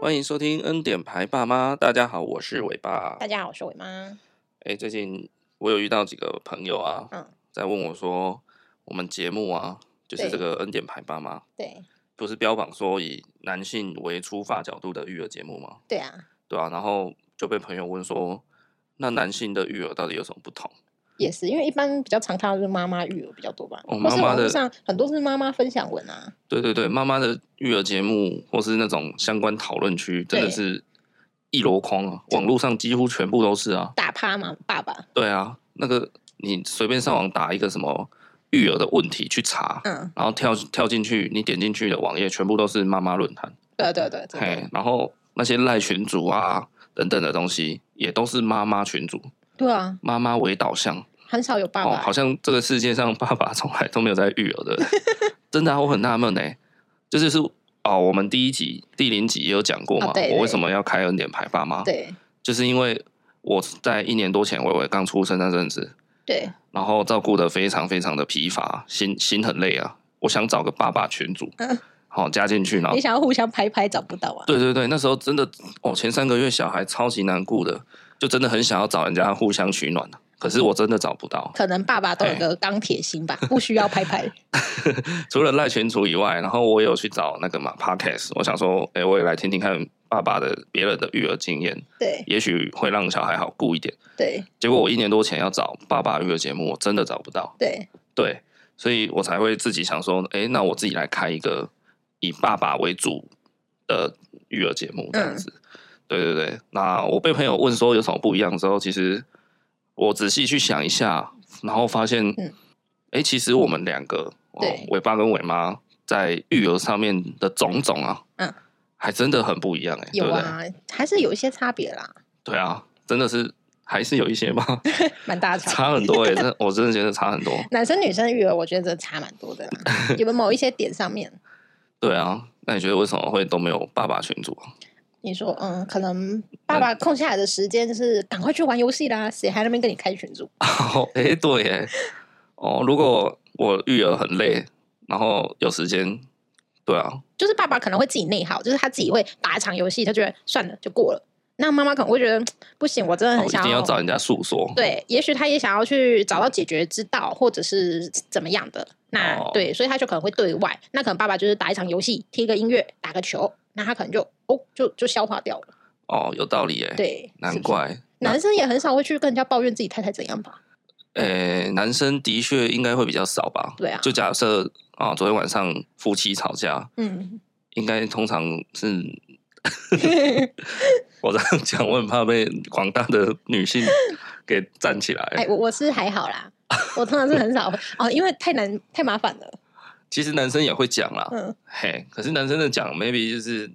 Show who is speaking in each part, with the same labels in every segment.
Speaker 1: 欢迎收听《恩典牌爸妈》，大家好，我是伟爸。
Speaker 2: 大家好，我是伟妈。
Speaker 1: 哎，最近我有遇到几个朋友啊，
Speaker 2: 嗯，
Speaker 1: 在问我说，我们节目啊，就是
Speaker 2: 对
Speaker 1: 这个《恩典牌爸妈》，
Speaker 2: 对
Speaker 1: 不是标榜说以男性为出发角度的育儿节目吗？
Speaker 2: 对啊，
Speaker 1: 对啊，然后就被朋友问说，那男性的育儿到底有什么不同？
Speaker 2: 也是，因为一般比较常看到就是妈妈育儿比较多吧，
Speaker 1: 哦
Speaker 2: 或
Speaker 1: 妈
Speaker 2: 是
Speaker 1: 妈
Speaker 2: 网
Speaker 1: 的
Speaker 2: 络上很多是妈妈分享文啊，
Speaker 1: 对对对，妈妈的育儿节目或是那种相关讨论区，真的
Speaker 2: 对
Speaker 1: 是一箩筐啊，网络上几乎全部都是啊。
Speaker 2: 打趴嘛爸爸，
Speaker 1: 对啊，那个你随便上网打一个什么育儿的问题去查，
Speaker 2: 嗯，
Speaker 1: 然后跳跳进去，你点进去的网页全部都是妈妈论坛，
Speaker 2: 对啊对对，真的
Speaker 1: 嘿，然后那些赖群主啊等等的东西，也都是妈妈群主，
Speaker 2: 对啊，
Speaker 1: 妈妈为导向。
Speaker 2: 很少有爸
Speaker 1: 哦，
Speaker 2: 爸
Speaker 1: 好像这个世界上 爸爸从来都没有在育儿的，真的、啊，我很纳闷哎，这就是哦，我们第一集第零集也有讲过嘛，
Speaker 2: 哦对
Speaker 1: 我为
Speaker 2: 对
Speaker 1: 什么要开恩典牌爸妈？
Speaker 2: 对
Speaker 1: 就是因为我在一年多前，伟伟刚出生那阵子，
Speaker 2: 对
Speaker 1: 然后照顾的非常非常的疲乏，心心很累啊，我想找个爸爸群组
Speaker 2: 嗯，
Speaker 1: 好、加进去，然后
Speaker 2: 你想要互相拍拍找不到啊，
Speaker 1: 对对对，那时候真的哦，前三个月小孩超级难顾的，就真的很想要找人家互相取暖啊可是我真的找不到，
Speaker 2: 可能爸爸都有个钢铁心吧，不需要拍拍，
Speaker 1: 除了赖群主以外，然后我有去找那个嘛 podcast，我想说，哎、我也来听听看爸爸的别人的育儿经验，
Speaker 2: 对
Speaker 1: 也许会让小孩好顾一点。
Speaker 2: 对
Speaker 1: 结果我一年多前要找爸爸育儿节目，我真的找不到，
Speaker 2: 对
Speaker 1: 对，所以我才会自己想说，哎、那我自己来开一个以爸爸为主的育儿节目这
Speaker 2: 嗯
Speaker 1: 样子。对对对，那我被朋友问说有什么不一样之后，其实我仔细去想一下，然后发现，哎、
Speaker 2: 嗯
Speaker 1: 其实我们两个，哦
Speaker 2: 对，
Speaker 1: 伟爸跟伟妈在育儿上面的种种啊，
Speaker 2: 嗯，
Speaker 1: 还真的很不一样哎、对
Speaker 2: 有
Speaker 1: 不对？
Speaker 2: 啊，还是有一些差别啦，
Speaker 1: 对啊，真的是还是有一 些吧，
Speaker 2: 蛮大的差别。
Speaker 1: 差很多哎、真的我真的觉得差很多。
Speaker 2: 男生女生育儿，我觉得差蛮多的啦，有没有某一些点上面？
Speaker 1: 对啊，那你觉得为什么会都没有爸爸群组啊？
Speaker 2: 你说，嗯，可能爸爸空下来的时间就是赶快去玩游戏啦，谁还那边跟你开群组？
Speaker 1: 哦，哎、对耶，哦，如果我育儿很累，然后有时间，对啊，
Speaker 2: 就是爸爸可能会自己内耗，就是他自己会打一场游戏，他觉得算了就过了。那妈妈可能会觉得不行，我真的
Speaker 1: 哦
Speaker 2: 很
Speaker 1: 一
Speaker 2: 嗯想
Speaker 1: 定要找人家诉说。
Speaker 2: 对，也许他也想要去找到解决之道，或者是怎么样的。那、
Speaker 1: 哦
Speaker 2: 对，所以他就可能会对外，那可能爸爸就是打一场游戏，听个音乐，打个球，那他可能就哦，就就消化掉了。
Speaker 1: 哦，有道理耶，
Speaker 2: 对，是
Speaker 1: 难
Speaker 2: 不是
Speaker 1: 怪。
Speaker 2: 男生也很少会去跟人家抱怨自己太太怎样吧？
Speaker 1: 诶、男生的确应该会比较少吧？
Speaker 2: 对啊
Speaker 1: 就假设啊、昨天晚上夫妻吵架，
Speaker 2: 嗯，
Speaker 1: 应该通常 是 我这样讲，我很怕被广大的女性给站起来。
Speaker 2: 哎，我我是还好啦，我通常是很少会哦，因为太难太麻烦了。
Speaker 1: 其实男生也会讲啦，
Speaker 2: 嗯，
Speaker 1: 嘿，可是男生的讲，maybe 就是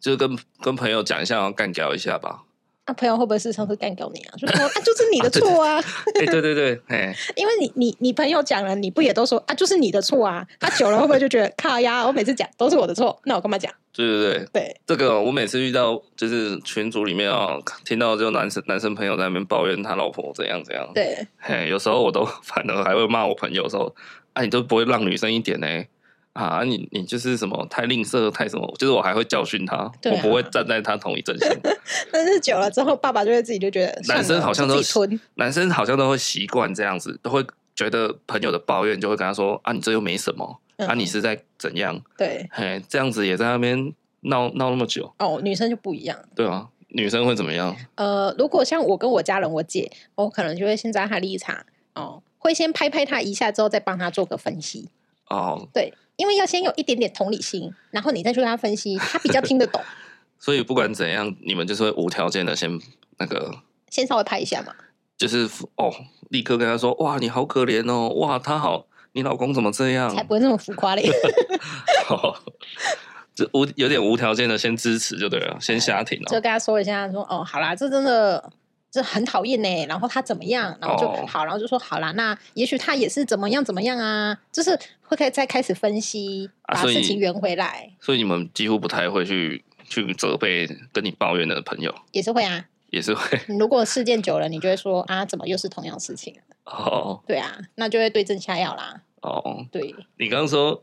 Speaker 1: 就跟跟朋友讲一下，然后干掉一下 吧。
Speaker 2: 那、啊朋友会不会是上次干掉你啊？就说啊，就是你的错啊，
Speaker 1: 哎、对对对，嘿，
Speaker 2: 因为你你你朋友讲了，你不也都说啊，就是你的错啊？他、久了会不会就觉得靠呀，我每次讲都是我的错，那我干嘛讲？
Speaker 1: 对对对，
Speaker 2: 对
Speaker 1: 这个我每次遇到就是群组里面啊，听到就男生男生朋友在那边抱怨他老婆怎样怎样，
Speaker 2: 对，
Speaker 1: 嘿，有时候我都 反而还会骂我朋友说，啊，你都不会让女生一点呢、啊，你你就是什么太吝啬，太什么，就是我还会教训他，
Speaker 2: 对啊
Speaker 1: 我不会站在他同一阵线。
Speaker 2: 但是久了之后，爸爸就会自己就觉得，
Speaker 1: 男生
Speaker 2: 算了
Speaker 1: 好像都
Speaker 2: 我自己吞，
Speaker 1: 男生好像都会习惯这样子，都会觉得朋友的抱怨就会跟他说啊，你这又没什么，
Speaker 2: 嗯
Speaker 1: 啊，你是在怎样？
Speaker 2: 对
Speaker 1: 嘿，这样子也在那边闹闹那么久，
Speaker 2: 哦，女生就不一样。
Speaker 1: 对啊，女生会怎么样？
Speaker 2: 呃，如果像我跟我家人，我姐，我可能就会先站她立场哦，会先拍拍她一下，之后再帮她做个分析。
Speaker 1: 哦，
Speaker 2: 对，因为要先有一点点同理心，然后你再去跟他分析，他比较 听得懂。
Speaker 1: 所以不管怎样，你们就是会无条件的先那个，
Speaker 2: 先稍微拍一下嘛，
Speaker 1: 就是哦，立刻跟他说，哇，你好可怜哦，哇，他好，你老公怎么这样
Speaker 2: 才？不会那么浮夸嘞。
Speaker 1: 啊哦就无有点无条件的先支持就对了，先哦下停
Speaker 2: 就
Speaker 1: 了、
Speaker 2: 跟他说一下，说哦，好啦，这真的这很讨厌呢。然后他怎么样，然后就、
Speaker 1: 哦
Speaker 2: 好，然后就说好啦，那也许他也是怎么样怎么样啊，就是会可以再开始分析，
Speaker 1: 啊
Speaker 2: 把
Speaker 1: 所以
Speaker 2: 事情圆回来，
Speaker 1: 所以你们几乎不太会去去责备跟你抱怨的朋友，
Speaker 2: 也是会啊。
Speaker 1: 也是会
Speaker 2: 你如果事件久了，你就会说啊，怎么又是同样事情啊？
Speaker 1: 哦
Speaker 2: 对啊，那就会对症下药啦。
Speaker 1: 哦，
Speaker 2: 对，
Speaker 1: 你刚刚说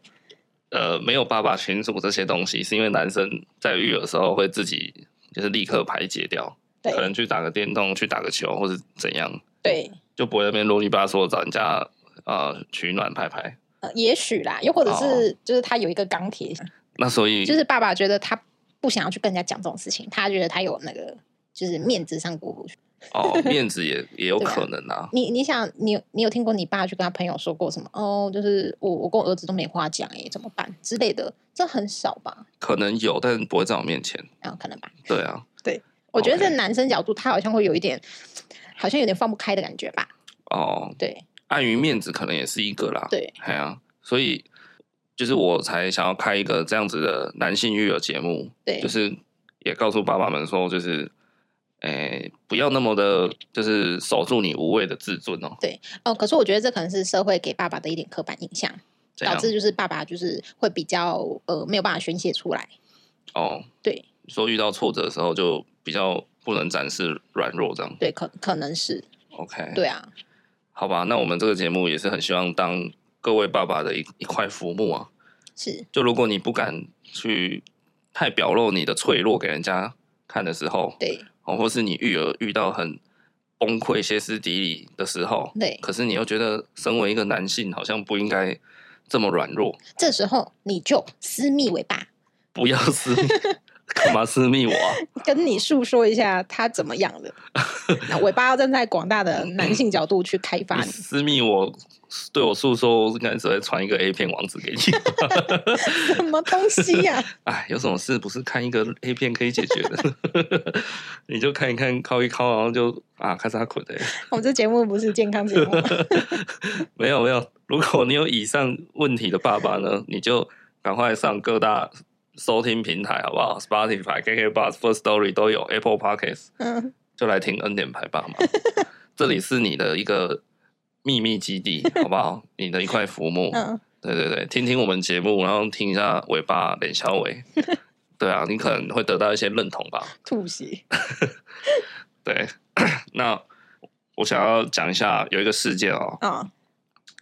Speaker 1: 呃没有爸爸群组这些东西，是因为男生在育儿的时候会自己就是立刻排解掉，
Speaker 2: 对
Speaker 1: 可能去打个电动、去打个球或是怎样，
Speaker 2: 对，
Speaker 1: 就不会在那边啰里吧嗦找人家呃取暖拍拍。
Speaker 2: 呃也许啦，又或者
Speaker 1: 哦
Speaker 2: 是就是他有一个钢铁，
Speaker 1: 那所以
Speaker 2: 就是爸爸觉得他不想要去跟人家讲这种事情，他觉得他有那个就是面子上过不去。
Speaker 1: 哦，面子 也也有
Speaker 2: 对啊
Speaker 1: 可能啊。
Speaker 2: 你你想，你有你有听过你爸去跟他朋友说过什么？哦，就是我我跟我儿子都没话讲哎、怎么办之类的，这很少吧？
Speaker 1: 可能有，但不会在我面前。
Speaker 2: 啊，可能吧。
Speaker 1: 对啊，
Speaker 2: 我觉得
Speaker 1: OK
Speaker 2: 在男生角度，他好像会有一点，好像有点放不开的感觉吧？
Speaker 1: 哦，
Speaker 2: 对
Speaker 1: 碍于面子，可能也是一个啦。，
Speaker 2: 对，
Speaker 1: 哎呀、所以就是我才想要开一个这样子的男性育儿节目，
Speaker 2: 对，
Speaker 1: 就是也告诉爸爸们说，就是，诶、不要那么的，就是守住你无谓的自尊哦。
Speaker 2: 哦，可是我觉得这可能是社会给爸爸的一点刻板印象，
Speaker 1: 这
Speaker 2: 导
Speaker 1: 样
Speaker 2: 致就是爸爸就是会比较呃没有办法宣泄出来。
Speaker 1: 哦，
Speaker 2: 对
Speaker 1: 说遇到挫折的时候就比较不能展示软弱这样。
Speaker 2: 对，可可能是
Speaker 1: OK，
Speaker 2: 对啊，
Speaker 1: 好吧，那我们这个节目也是很希望当各位爸爸的一一块浮木啊。
Speaker 2: 是
Speaker 1: 就如果你不敢去太表露你的脆弱给人家看的时候，
Speaker 2: 对
Speaker 1: 哦，或是你育儿遇到很崩溃、歇斯底里的时候，
Speaker 2: 对。
Speaker 1: 可是你又觉得身为一个男性好像不应该这么软弱，
Speaker 2: 这时候你就私密尾巴，
Speaker 1: 不要私密， 干嘛私密我啊？
Speaker 2: 跟你诉说一下他怎么样 了。那尾巴要站在广大的男性角度去开发
Speaker 1: 你
Speaker 2: 你，
Speaker 1: 私密我，对我诉说，我应该只会传一个 A 片网址给你。
Speaker 2: 什么东西呀、
Speaker 1: 哎，有什么事不是看一个 A 片可以解决的？ 你就看一看，敲一敲，然后就啊，咔嚓捆的、
Speaker 2: 我们这节目不是健康节目，
Speaker 1: 没有没有，如果你有以上问题的爸爸呢，你就赶快上各大收听平台好不好？Spotify、KK Bus、First Story 都有，Apple Podcasts
Speaker 2: 嗯，
Speaker 1: 就来听恩典牌爸 嘛。这里是你的一个秘密基地，好不好？你的一块浮木。
Speaker 2: 嗯
Speaker 1: 对对对，听听我们节目，然后听一下尾巴脸小 尾。对啊，你可能会得到一些认同吧。
Speaker 2: 吐血，
Speaker 1: 对， 那我想要讲一下有一个事件哦，
Speaker 2: 啊，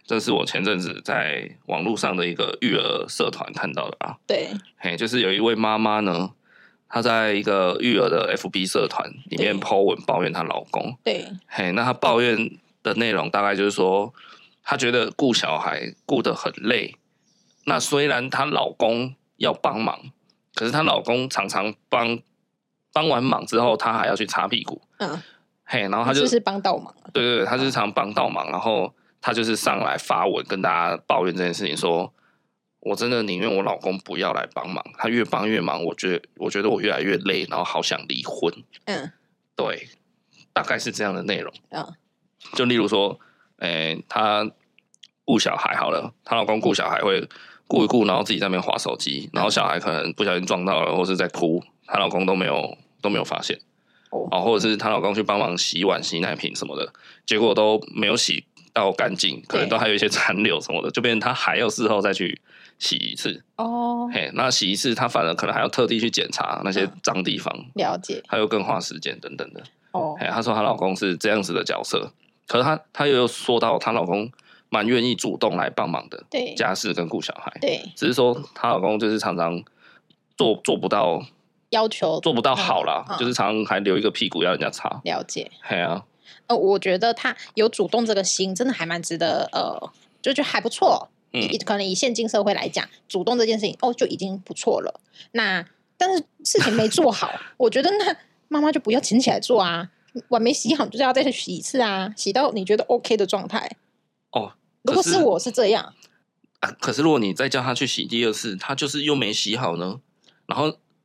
Speaker 1: 这是我前阵子在网络上的一个育儿社团看到的啊，
Speaker 2: 对
Speaker 1: 嘿，就是有一位妈妈呢，她在一个育儿的 FB 社团里面
Speaker 2: 对
Speaker 1: po 文抱怨她老公，
Speaker 2: 对
Speaker 1: 嘿，那她抱怨的内容大概就是说，她觉得顾小孩顾得很累，那虽然她老公要帮忙，可是她老公常常帮帮完忙之后，她还要去擦屁股，
Speaker 2: 嗯，
Speaker 1: 嘿，然后她就
Speaker 2: 就是帮倒忙了，
Speaker 1: 对对对，他就是常帮倒忙，然后他就是上来发文跟大家抱怨这件事情说，我真的宁愿我老公不要来帮忙，他越帮越忙，我觉得我觉得我越来越累，然后好想离婚。
Speaker 2: 嗯
Speaker 1: 对，大概是这样的内容。
Speaker 2: 嗯
Speaker 1: 就例如说，诶、她顾小孩好了，她老公顾小孩会顾一顾，然后自己在那边划手机，然后小孩可能不小心撞到了，或是在哭，她老公都没有都没有发现，
Speaker 2: 哦
Speaker 1: 哦，或者是她老公去帮忙洗碗、洗奶瓶什么的，结果都没有洗到干净，可能
Speaker 2: 对
Speaker 1: 都还有一些残留什么的，就变成她还要事后再去洗一次，
Speaker 2: 哦，
Speaker 1: 嘿，那洗一次她反而可能还要特地去检查那些
Speaker 2: 嗯
Speaker 1: 脏地方，
Speaker 2: 了解
Speaker 1: 她又更花时间等等的。
Speaker 2: 哦
Speaker 1: 哎，她说她老公是这样子的角色，可是她她又有说到她老公蛮愿意主动来帮忙的，
Speaker 2: 对
Speaker 1: 家事跟顾小孩，
Speaker 2: 对，
Speaker 1: 只是说她老公就是常常做做不到，
Speaker 2: 要求
Speaker 1: 做不到好啦，
Speaker 2: 嗯嗯
Speaker 1: 就是常常还留一个屁股要人家擦，
Speaker 2: 了解，
Speaker 1: 嘿啊，
Speaker 2: 呃，我觉得他有主动这个心，真的还蛮值得，呃，就觉得还不错，
Speaker 1: 嗯
Speaker 2: 以可能以现今社会来讲，主动这件事情哦就已经不错了。那但是事情没做好， 我觉得那妈妈就不要请起来做啊，碗没洗好就是要再去洗一次啊，洗到你觉得 OK 的状态。
Speaker 1: 哦，
Speaker 2: 如果
Speaker 1: 可
Speaker 2: 是
Speaker 1: 是
Speaker 2: 我是这样，
Speaker 1: 啊可是如果你再叫她去洗第二次，她就是又没洗好呢，然后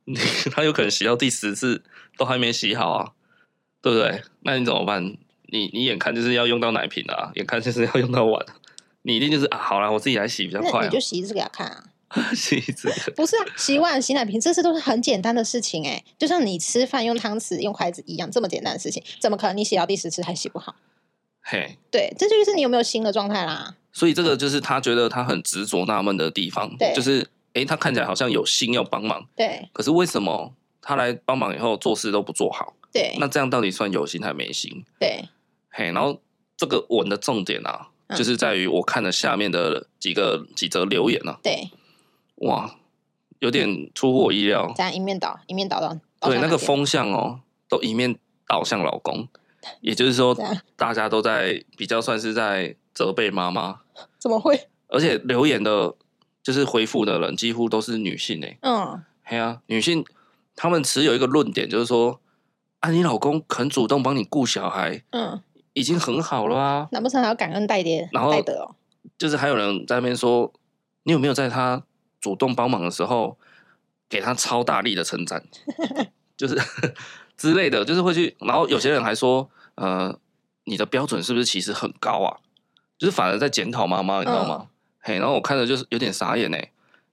Speaker 1: 她有可能洗到第十次都还没洗好啊，对不对？那你怎么办？你你眼看就是要用到奶瓶啊，眼看就是要用到碗啊，你一定就是啊，好啦，我自己来洗比较
Speaker 2: 那
Speaker 1: 快、
Speaker 2: 你
Speaker 1: 啊
Speaker 2: 就，洗一次给他看啊。
Speaker 1: 洗一次。
Speaker 2: 不是啊，洗碗、洗奶瓶，这些都是很简单的事情哎、就像你吃饭用汤匙、用筷子一样，这么简单的事情，怎么可能你洗到第十次还洗不好？
Speaker 1: 嘿，
Speaker 2: 对，这就是你有没有新的状态啦。
Speaker 1: 所以这个就是他觉得他很执着纳闷的地方，
Speaker 2: 对
Speaker 1: 就是诶，他看起来好像有心要帮忙，
Speaker 2: 对
Speaker 1: 可是为什么他来帮忙以后做事都不做好？
Speaker 2: 对
Speaker 1: 那这样到底算有心还没心？
Speaker 2: 对，
Speaker 1: 嘿，然后这个文的重点啊，
Speaker 2: 嗯
Speaker 1: 就是在于我看了下面的几个几则留言啊，
Speaker 2: 对
Speaker 1: 哇，有
Speaker 2: 嗯
Speaker 1: 点出乎我意料。
Speaker 2: 这样一面倒，一面倒到倒
Speaker 1: 对，
Speaker 2: 向
Speaker 1: 那个
Speaker 2: 边
Speaker 1: 风向哦，都一面倒向老 公，也就是说
Speaker 2: 对啊，
Speaker 1: 大家都在比较算是在责备妈妈，
Speaker 2: 怎么会？
Speaker 1: 而且
Speaker 2: 嗯
Speaker 1: 留言的，就是回复的人几乎都是女性诶、
Speaker 2: 嗯，
Speaker 1: 嘿啊，女性她们持有一个论点，就是说，啊，你老公肯主动帮你顾小孩，
Speaker 2: 嗯，
Speaker 1: 已经很好了啊。
Speaker 2: 难不成还要感恩戴德？
Speaker 1: 然后
Speaker 2: 戴德哦，
Speaker 1: 就是还有人在那边说，你有没有在他主动帮忙的时候，给他超大力的称赞， 就是 之类的，就是会去。然后有些人还说，呃，你的标准是不是其实很高啊？就是反而在检讨妈妈，你知道
Speaker 2: 嗯
Speaker 1: 吗？嘿，然后我看着就是有点傻眼哎、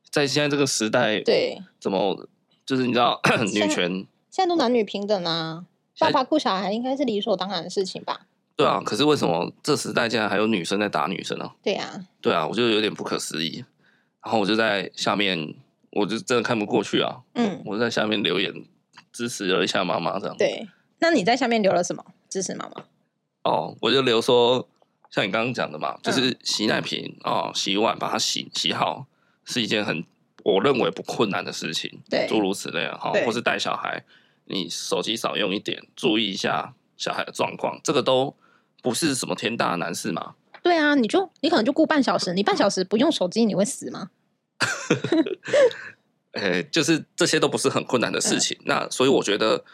Speaker 1: 在现在这个时代，，
Speaker 2: 对，
Speaker 1: 怎么就是你知道 女
Speaker 2: 现在嗯
Speaker 1: 权？
Speaker 2: 现在都男女平等啊，
Speaker 1: 现
Speaker 2: 爸
Speaker 1: 在
Speaker 2: 爸顾小孩应该是理所当然的事情吧？
Speaker 1: 对啊，可是为什么这时代竟然还有女生在打女生呢、
Speaker 2: 对啊，
Speaker 1: 对啊，我就有点不可思议。然后我就在下面，我就真的看不过去啊，
Speaker 2: 嗯，
Speaker 1: 我就在下面留言支持了一下妈妈这样。
Speaker 2: 对。那你在下面留了什么？支持妈妈？
Speaker 1: 哦，我就留说，像你刚刚讲的嘛，
Speaker 2: 嗯
Speaker 1: 就是洗奶瓶哦，洗碗把它洗洗好是一件很我认为不困难的事情，
Speaker 2: 对
Speaker 1: 诸如此类啊哈、
Speaker 2: 对
Speaker 1: 或是带小孩，你手机少用一点，注意一下小孩的状况，这个都不是什么天大的难事嘛。
Speaker 2: 对啊，你就你可能就顾半小时，你半小时不用手机，你会死吗？
Speaker 1: 呃，就是这些都不是很困难的事情。那所以我觉得，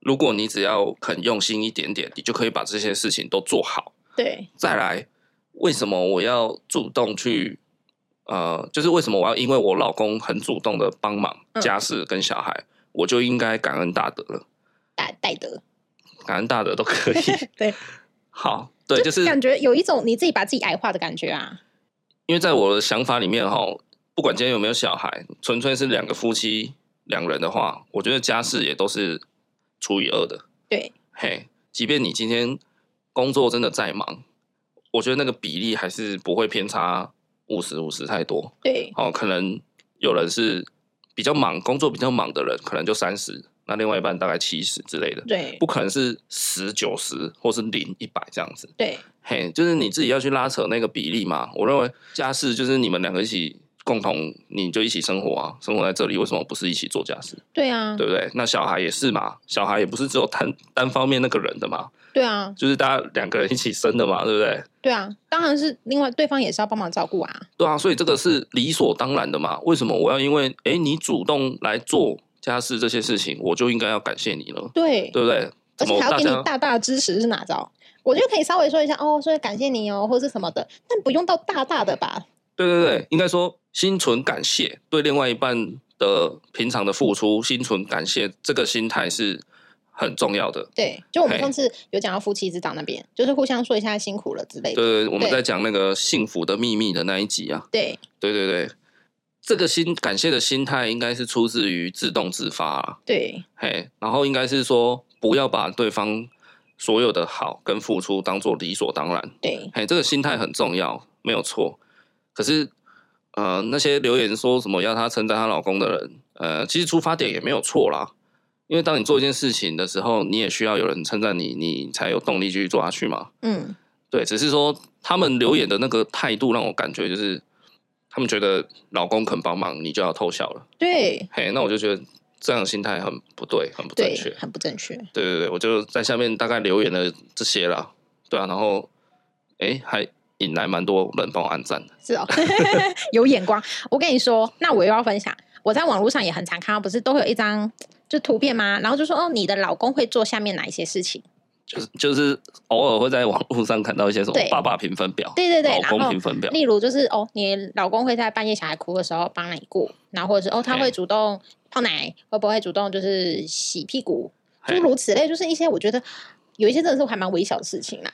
Speaker 1: 如果你只要肯用心一点点，你就可以把这些事情都做好。
Speaker 2: 对，
Speaker 1: 再来，为什么我要主动去？呃，就是为什么我要因为我老公很主动的帮忙
Speaker 2: 嗯
Speaker 1: 家事跟小孩，我就应该感恩大德了，
Speaker 2: 戴戴德，
Speaker 1: 感恩大德都可以。
Speaker 2: 对，
Speaker 1: 好，对，就是
Speaker 2: 感觉有一种你自己把自己矮化的感觉啊。
Speaker 1: 因为在我的想法里面哈，不管今天有没有小孩，纯粹是两个夫妻两人的话，我觉得家事也都是除以二的。
Speaker 2: 对，
Speaker 1: 嘿，即便你今天工作真的再忙，我觉得那个比例还是不会偏差五十五十太多。
Speaker 2: 对，
Speaker 1: 哦，可能有人是比较忙，工作比较忙的人，可能就三十，那另外一半大概七十之类的，
Speaker 2: 对，
Speaker 1: 不可能是十九十或是零一百这样子。
Speaker 2: 对，
Speaker 1: 嘿，就是你自己要去拉扯那个比例嘛。我认为家事就是你们两个一起共同，你就一起生活啊，生活在这里为什么不是一起做家事，
Speaker 2: 对啊，
Speaker 1: 对不对？那小孩也是嘛，小孩也不是只有单单方面那个人的嘛，
Speaker 2: 对啊，
Speaker 1: 就是大家两个人一起生的嘛，对不对？
Speaker 2: 对啊，当然是另外对方也是要帮忙照顾啊。
Speaker 1: 对啊，所以这个是理所当然的嘛。为什么我要因为诶你主动来做家事这些事情，我就应该要感谢你呢？
Speaker 2: 对，
Speaker 1: 对不对？
Speaker 2: 而
Speaker 1: 怎么
Speaker 2: 且还要
Speaker 1: 大
Speaker 2: 给你
Speaker 1: 家
Speaker 2: 大大的支持是哪招？我就可以稍微说一下哦，所以感谢你哦，或是什么的，但不用到大大的吧？
Speaker 1: 对对对，应该说心存感谢，对另外一半的平常的付出，心存感谢，这个心态是很重要的。
Speaker 2: 对，就我们
Speaker 1: 嘿
Speaker 2: 上次有讲到夫妻之道那边，就是互相说一下辛苦了之类
Speaker 1: 对
Speaker 2: 的。
Speaker 1: 对，对我们
Speaker 2: 对
Speaker 1: 在讲那个幸福的秘密的那一集啊，
Speaker 2: 对
Speaker 1: 对对对，这个心感谢的心态应该是出自于自动自发、啊，
Speaker 2: 对
Speaker 1: 嘿，然后应该是说不要把对方所有的好跟付出当做理所当然，
Speaker 2: 对
Speaker 1: 嘿，这个心态很重要，没有错。可是，呃，那些留言说什么要她称赞她老公的人，呃，其实出发点也没有错啦。因为当你做一件事情的时候，你也需要有人称赞你，你才有动力继续做下去嘛。
Speaker 2: 嗯，
Speaker 1: 对，只是说他们留言的那个态度让我感觉就是，他们觉得老公肯帮忙，你就要偷笑了。
Speaker 2: 对
Speaker 1: 嘿，那我就觉得这样的心态很不对，很不正
Speaker 2: 对
Speaker 1: 确，。
Speaker 2: 很不正确。
Speaker 1: 对对对，我就在下面大概留言了这些啦，对啊，然后诶，还引来蛮多人帮我按赞的，
Speaker 2: 是哦， 有眼光。我跟你说，那我又要分享，我在网络上也很常看到，不是都会有一张就图片吗？然后就说哦，你的老公会做下面哪一些事情？
Speaker 1: 就是就是偶尔会在网络上看到一些什么
Speaker 2: 对
Speaker 1: 爸爸评分表、
Speaker 2: 对对对，
Speaker 1: 老
Speaker 2: 然
Speaker 1: 公
Speaker 2: 后
Speaker 1: 评分表，
Speaker 2: 例如就是哦，你老公会在半夜小孩哭的时候帮你顾，然后或者是哦，他
Speaker 1: 嘿
Speaker 2: 会主动泡奶，会不会主动就是洗屁股，诸
Speaker 1: 嘿
Speaker 2: 如此类，就是一些我觉得有一些真的是还蛮微小的事情啦。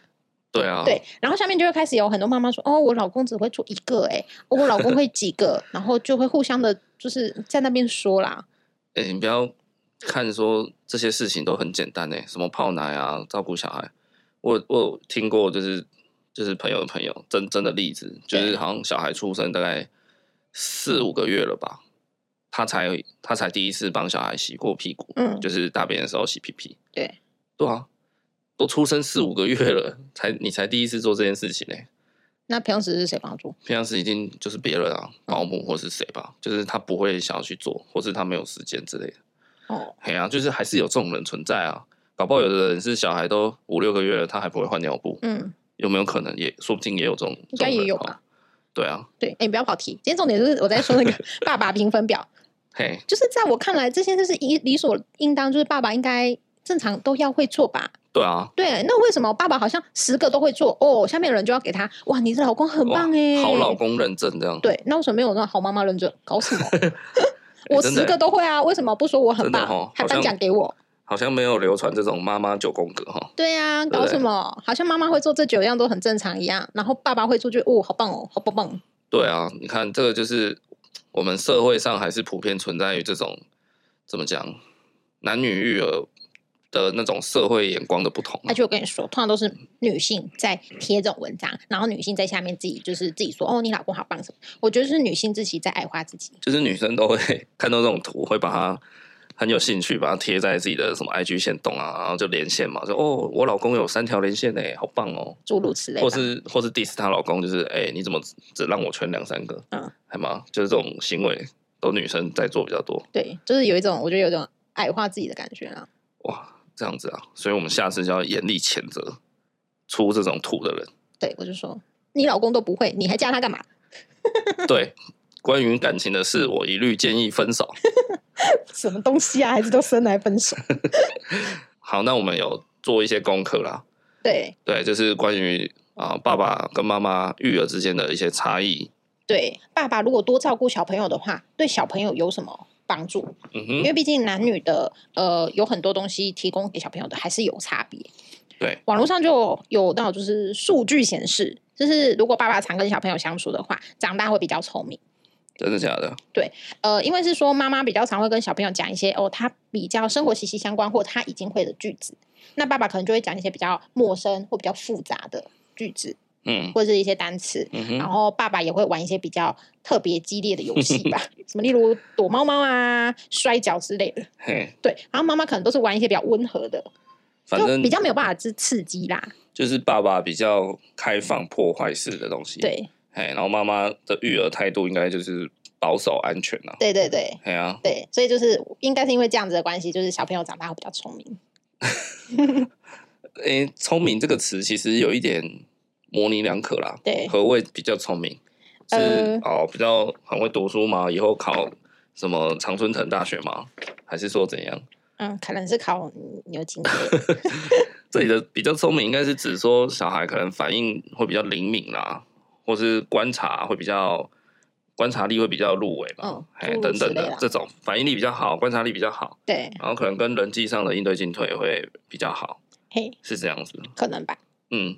Speaker 1: 对啊，
Speaker 2: 对，然后下面就会开始有很多妈妈说哦，我老公只会做一个、欸，哦，我老公会几个，然后就会互相的就是在那边说啦，
Speaker 1: 诶，你不要看说这些事情都很简单诶，什么泡奶啊、照顾小孩，我我有听过就是就是朋友的朋友真真的例子，就
Speaker 2: 对
Speaker 1: 是好像小孩出生大概四五个月了吧，他才他才第一次帮小孩洗过屁股，
Speaker 2: 嗯，
Speaker 1: 就是大便的时候洗屁屁。
Speaker 2: 对，嗯
Speaker 1: 对啊，都出生四五个月了，才你才第一次做这件事情呢、
Speaker 2: 那平常时是谁帮他做？
Speaker 1: 平常时已经就是别人
Speaker 2: 嗯
Speaker 1: 啊，保姆或是谁吧，就是他不会想要去做，或是他没有时间之类的。
Speaker 2: 哦，
Speaker 1: 嘿啊，就是还是有这种人存在啊。搞不好有的人是小孩都五六个月了，他还不会换尿布，
Speaker 2: 嗯，
Speaker 1: 有没有可能也说不定也有这种？
Speaker 2: 应该也有
Speaker 1: 这种人
Speaker 2: 吧
Speaker 1: 哦？对啊，
Speaker 2: 对，哎、你不要跑题。今天重点就是我在说那个 爸爸评分表，
Speaker 1: 嘿，
Speaker 2: 就是在我看来，这些就是理理所应当，就是爸爸应该正常都要会做吧？
Speaker 1: 对啊，
Speaker 2: 对，那为什么爸爸好像十个都会做哦？下面有人就要给他哇，你的老公很
Speaker 1: 哇
Speaker 2: 棒哎、
Speaker 1: 好老。公认证这样，
Speaker 2: 对，那为什么没有那种好妈妈认证？搞什么？
Speaker 1: 哎
Speaker 2: 我
Speaker 1: 真的
Speaker 2: 十个都会啊，为什么不说我很
Speaker 1: 真的
Speaker 2: 棒，
Speaker 1: 哦
Speaker 2: 还
Speaker 1: 好
Speaker 2: 颁
Speaker 1: 像
Speaker 2: 奖给我？
Speaker 1: 好像没有流传这种妈妈九宫格哈。
Speaker 2: 对呀、
Speaker 1: 对
Speaker 2: 搞什么？好像妈妈会做这九样都很正常一样，然后爸爸会做就哦，好棒哦，好棒棒。
Speaker 1: 对啊，你看这个就是我们社会上还是普遍存在于这种怎么讲男女育儿的那种社会眼光的不同、
Speaker 2: 而
Speaker 1: 啊。
Speaker 2: 且我跟你说，通常都是女性在贴这种文章，然后女性在下面自己就是自己说哦，你老公好棒什么。我觉得是女性自己在矮化自己。
Speaker 1: 就是女生都会 看到这种图，会把它很有兴趣，把它贴在自己的什么 IG 线动啊，然后就连线嘛，说哦，我老公有三条连线呢，好棒哦，
Speaker 2: 诸如此类
Speaker 1: 或
Speaker 2: 吧，
Speaker 1: 是或是 diss 她老公，就是哎、你怎么只只让我圈两三个？
Speaker 2: 嗯，
Speaker 1: 还吗？就是这种行为都女生在做比较多，
Speaker 2: 对，就是有一种我觉得有一种矮化自己的感觉啦。
Speaker 1: 哇，这样子啊，所以我们下次就要严厉谴责出这种图的人。
Speaker 2: 对我就说，你老公都不会，你还嫁他干嘛？
Speaker 1: 对，关于感情的事，我一律建议分手。
Speaker 2: 什么东西啊？孩子都生来分手。
Speaker 1: 好，那我们有做一些功课啦，
Speaker 2: 对
Speaker 1: 对，就是关于啊、爸爸跟妈妈育儿之间的一些差异。
Speaker 2: 对，爸爸如果多照顾小朋友的话，对小朋友有什么帮助？
Speaker 1: 嗯哼，
Speaker 2: 因为毕竟男女的呃有很多东西提供给小朋友的还是有差别。
Speaker 1: 对，
Speaker 2: 网络上就有那种就是数据显示，就是如果爸爸常跟小朋友相处的话，长大会比较聪明。
Speaker 1: 真的假的？
Speaker 2: 呃，因为是说妈妈比较常会跟小朋友讲一些哦，他比较生活息息相关或他已经会的句子，那爸爸可能就会讲一些比较陌生或比较复杂的句子
Speaker 1: 嗯
Speaker 2: 或者是一些单词。
Speaker 1: 嗯
Speaker 2: 然
Speaker 1: 哼，
Speaker 2: 后爸爸也会玩一些比较特别激烈的游戏吧，什么例如躲猫猫啊、摔跤之类的。
Speaker 1: 嘿，
Speaker 2: 对，然后妈妈可能都是玩一些比较温和的，
Speaker 1: 反
Speaker 2: 就
Speaker 1: 正
Speaker 2: 比较没有办法是刺激啦。
Speaker 1: 就是爸爸比较开放破坏式的东西，，
Speaker 2: 对，
Speaker 1: 嘿，然后妈妈的育儿态度应该就是保守安全啊，
Speaker 2: 对对对
Speaker 1: 嘿啊，
Speaker 2: 对，所以就是应该是因为这样子的关系，就是小朋友长大会比较聪明。
Speaker 1: 诶、聪明这个词其实有一点模棱两可啦。
Speaker 2: 对
Speaker 1: 何谓比较聪明？是、
Speaker 2: 呃
Speaker 1: 哦，比较很会读书吗？以后考什么常春藤大学吗？还是说怎样？
Speaker 2: 嗯，可能是考牛津之 类的。
Speaker 1: 这里的比较聪明，应该是指说小孩可能反应会比较灵敏啦，或是观察会比较观察力会比较入围嘛
Speaker 2: 嗯，
Speaker 1: 哎、
Speaker 2: 诸如
Speaker 1: 等
Speaker 2: 此
Speaker 1: 等
Speaker 2: 类
Speaker 1: 的
Speaker 2: 啦
Speaker 1: 这种反应力比较好，观察力比较好，
Speaker 2: 对，
Speaker 1: 然后可能跟人际上的应对进退会比较好，
Speaker 2: 嘿，
Speaker 1: 是这样子。
Speaker 2: 可能吧。
Speaker 1: 嗯，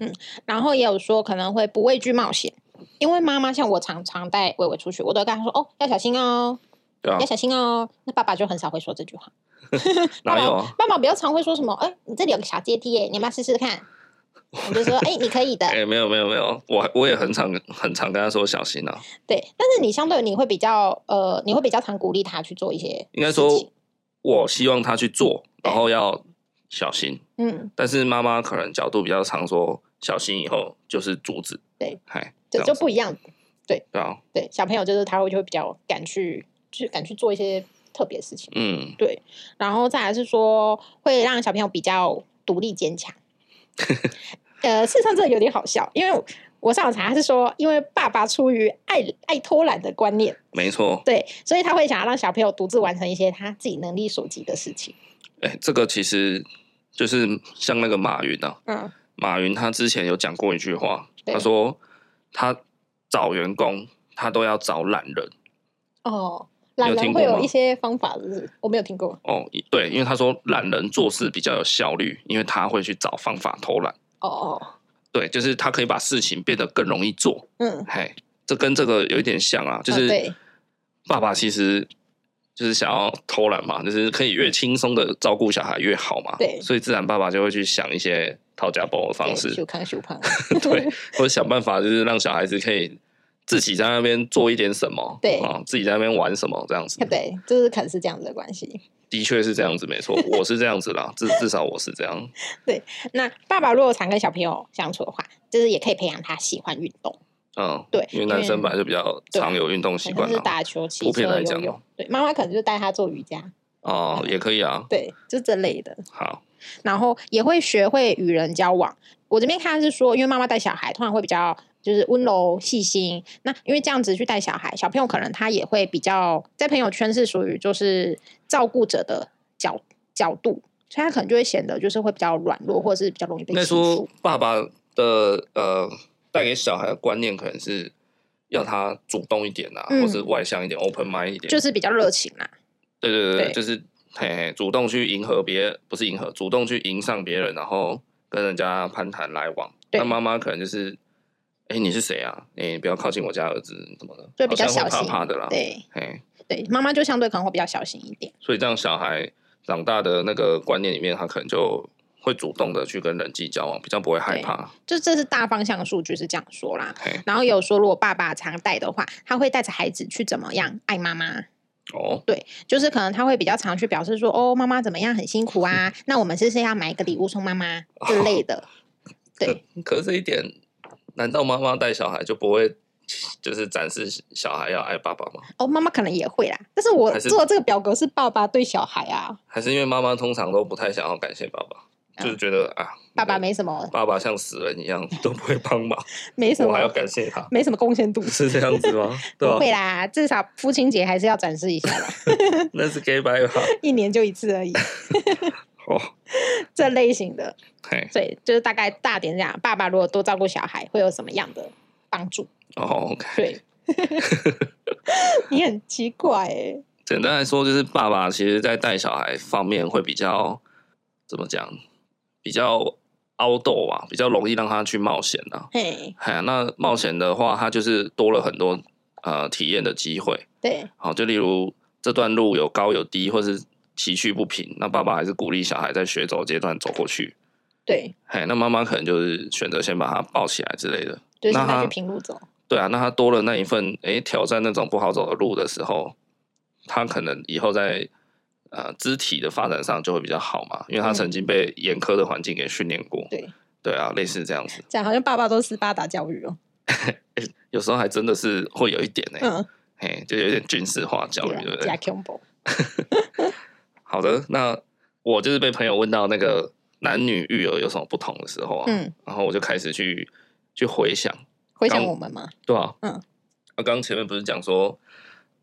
Speaker 2: 然后也有说可能会不畏惧冒险，因为妈妈像我常常带伟伟出去，我都跟他说哦，要小心哦，
Speaker 1: 对啊
Speaker 2: 要，小心哦。那爸爸就很少会说这句话。爸
Speaker 1: 哪有
Speaker 2: 爸
Speaker 1: 啊？
Speaker 2: 爸爸比较常会说什么？哎、你这里有个小阶梯耶，你要不要试试看？我就说哎、你可以的
Speaker 1: 哎、。没有没有没有，我我也很常很常跟他说小心啊。
Speaker 2: 对，但是你相对你会比较呃，你会比较常鼓励他去做一些
Speaker 1: 应该
Speaker 2: 事
Speaker 1: 说
Speaker 2: 情，
Speaker 1: 我希望他去做，然后要小心。
Speaker 2: 嗯，
Speaker 1: 但是妈妈可能角度比较常说，小心以后就是阻止。
Speaker 2: 对，
Speaker 1: 嗨，这
Speaker 2: 就
Speaker 1: 样
Speaker 2: 就
Speaker 1: 子
Speaker 2: 不一样。
Speaker 1: 对啊，
Speaker 2: 对，小朋友就是他会就会比较敢去，就是敢去做一些特别的事情。
Speaker 1: 嗯，
Speaker 2: 然后再来是说，会让小朋友比较独立坚 强。呃，事实上这有点好笑，因为我上网查他是说，因为爸爸出于爱爱偷懒的观念，
Speaker 1: 没错。
Speaker 2: 对，所以他会想要让小朋友独自完成一些他自己能力所及的事情。
Speaker 1: 哎、这个其实就是像那个马云啊，
Speaker 2: 嗯，
Speaker 1: 马云他之前有讲过一句话，
Speaker 2: 对
Speaker 1: 他说他找员工，他都要找懒人。
Speaker 2: 哦，
Speaker 1: 你有
Speaker 2: 懒人
Speaker 1: 听过
Speaker 2: 会有
Speaker 1: 吗
Speaker 2: 一些方法，是不是？我没有听过。
Speaker 1: 哦，对，因为他说懒人做事比较有效率，因为他会去找方法偷懒。
Speaker 2: 哦哦，
Speaker 1: 对，就是他可以把事情变得更容易做。
Speaker 2: 嗯，
Speaker 1: 嘿，这跟这个有一点像啊，就
Speaker 2: 啊
Speaker 1: 是
Speaker 2: 对
Speaker 1: 爸爸其实就是想要偷懒嘛，就是可以越轻松的照顾小孩越好嘛。
Speaker 2: 嗯对
Speaker 1: 所以自然爸爸就会去想一些讨价包的方式，
Speaker 2: 修康修胖，
Speaker 1: 对，或者想办法就是让小孩子可以自己在那边做一点什么，
Speaker 2: 对
Speaker 1: 啊，自己在那边玩什么这样子。
Speaker 2: 对，就是可能是这样子的关系。
Speaker 1: 的确是这样子，没错，我是这样子啦，至至少我是这样。
Speaker 2: 那爸爸如果常跟小朋友相处的话，就是也可以培养他喜欢运动。
Speaker 1: 嗯，
Speaker 2: 对
Speaker 1: 因为男生本来就比较常有运动习
Speaker 2: 可
Speaker 1: 惯
Speaker 2: 能是
Speaker 1: 嘛，
Speaker 2: 打球、骑
Speaker 1: 普遍
Speaker 2: 车、
Speaker 1: 来
Speaker 2: 游
Speaker 1: 讲
Speaker 2: 泳。对，妈妈可能就带他做瑜伽，
Speaker 1: 哦，也可以啊，
Speaker 2: 对，就这类的。
Speaker 1: 好，
Speaker 2: 然后也会学会与人交往。我这边看是说，因为妈妈带小孩，通常会比较就是温柔细心。那因为这样子去带小孩，小朋友可能他也会比较在朋友圈是属于就是照顾者的角角度，所以他可能就会显得就是会比较软弱，或者是比较容易被
Speaker 1: 应该
Speaker 2: 欺
Speaker 1: 说
Speaker 2: 负。
Speaker 1: 爸爸的呃带给小孩的观念可能是要他主动一点啊，
Speaker 2: 嗯
Speaker 1: 或是外向一点，open mind 一点，
Speaker 2: 就是比较热情啦，
Speaker 1: 对对对，
Speaker 2: 对
Speaker 1: 就是嘿嘿，主动去迎合别，不是迎合，主动去迎上别人，然后跟人家攀谈来往。
Speaker 2: 对
Speaker 1: 那妈妈可能就是，哎、你是谁啊？你、不要靠近我家儿子，怎么的？
Speaker 2: 就比较
Speaker 1: 好像会
Speaker 2: 小心
Speaker 1: 怕怕的啦。
Speaker 2: 对
Speaker 1: 嘿，
Speaker 2: 对，妈妈就相对可能会比较小心一点，
Speaker 1: 所以这样小孩长大的那个观念里面，他可能就会主动的去跟人际交往，比较不会害怕。
Speaker 2: 就这是大方向数据是这样说啦。
Speaker 1: 嘿，
Speaker 2: 然后有说，如果爸爸常带的话，他会带着孩子去怎么样爱妈妈，
Speaker 1: 哦，
Speaker 2: 就是可能他会比较常去表示说，哦，妈妈怎么样，很辛苦 啊，那我们是不是要买一个礼物送妈妈
Speaker 1: 哦
Speaker 2: 之类的？对，
Speaker 1: 可是这一点，难道妈妈带小孩就不会就是展示小孩要爱爸爸吗？
Speaker 2: 哦，妈妈可能也会啦，但是我
Speaker 1: 还是
Speaker 2: 做这个表格是爸爸对小孩啊，
Speaker 1: 还是因为妈妈通常都不太想要感谢爸爸，
Speaker 2: 嗯
Speaker 1: 就是觉得啊，
Speaker 2: 爸爸没什么，
Speaker 1: 爸爸像死人一样都不会帮 忙，
Speaker 2: 没什
Speaker 1: 我还要
Speaker 2: 么，
Speaker 1: 感谢他，
Speaker 2: 没什么贡献度。
Speaker 1: 是这样子吗？ 对啊吧？
Speaker 2: 不会啊啦，至少父亲节还是要展示一下啦，
Speaker 1: 那是 gay 白吧？
Speaker 2: 一年就一次而已，
Speaker 1: 哦，
Speaker 2: 这类型的，
Speaker 1: 嘿，
Speaker 2: 所以就是大概大点讲，爸爸如果多照顾小孩，会有什么样的帮助？
Speaker 1: 哦，OK。
Speaker 2: 对，你很奇怪哎、
Speaker 1: 简单来说，就是爸爸其实在带小孩方面会比较怎么讲，比较凹斗啊，比较容易让他去冒险啊。
Speaker 2: 嘿，
Speaker 1: 哎呀，那冒险的话，他就是多了很多呃体验的机会。
Speaker 2: 对，
Speaker 1: 好，就例如这段路有高有低，或是崎岖不平，那爸爸还是鼓励小孩在学走阶段走过去。
Speaker 2: 对，
Speaker 1: 嘿，那妈妈可能就是选择先把他抱起来之类的。
Speaker 2: 就是
Speaker 1: 那
Speaker 2: 现在
Speaker 1: 他
Speaker 2: 去平路走，
Speaker 1: 对啊，那他多了那一份诶、挑战那种不好走的路的时候，他可能以后在呃肢体的发展上就会比较好嘛，因为他
Speaker 2: 嗯
Speaker 1: 曾经被严苛的环境给训练过。
Speaker 2: 对，
Speaker 1: 对啊，类似这样子，
Speaker 2: 这样好像爸爸都斯巴达教育哦。
Speaker 1: 有时候还真的是会有一点欸诶、
Speaker 2: 嗯，啊
Speaker 1: 嘿、就有点军事化教育，对不对
Speaker 2: 加？combo，
Speaker 1: 好的，那我就是被朋友问到那个男女育儿有什么不同的时候啊，
Speaker 2: 嗯，
Speaker 1: 然后我就开始去去回想，
Speaker 2: 回想我们嘛，
Speaker 1: 对啊，
Speaker 2: 嗯，
Speaker 1: 那刚刚前面不是讲说，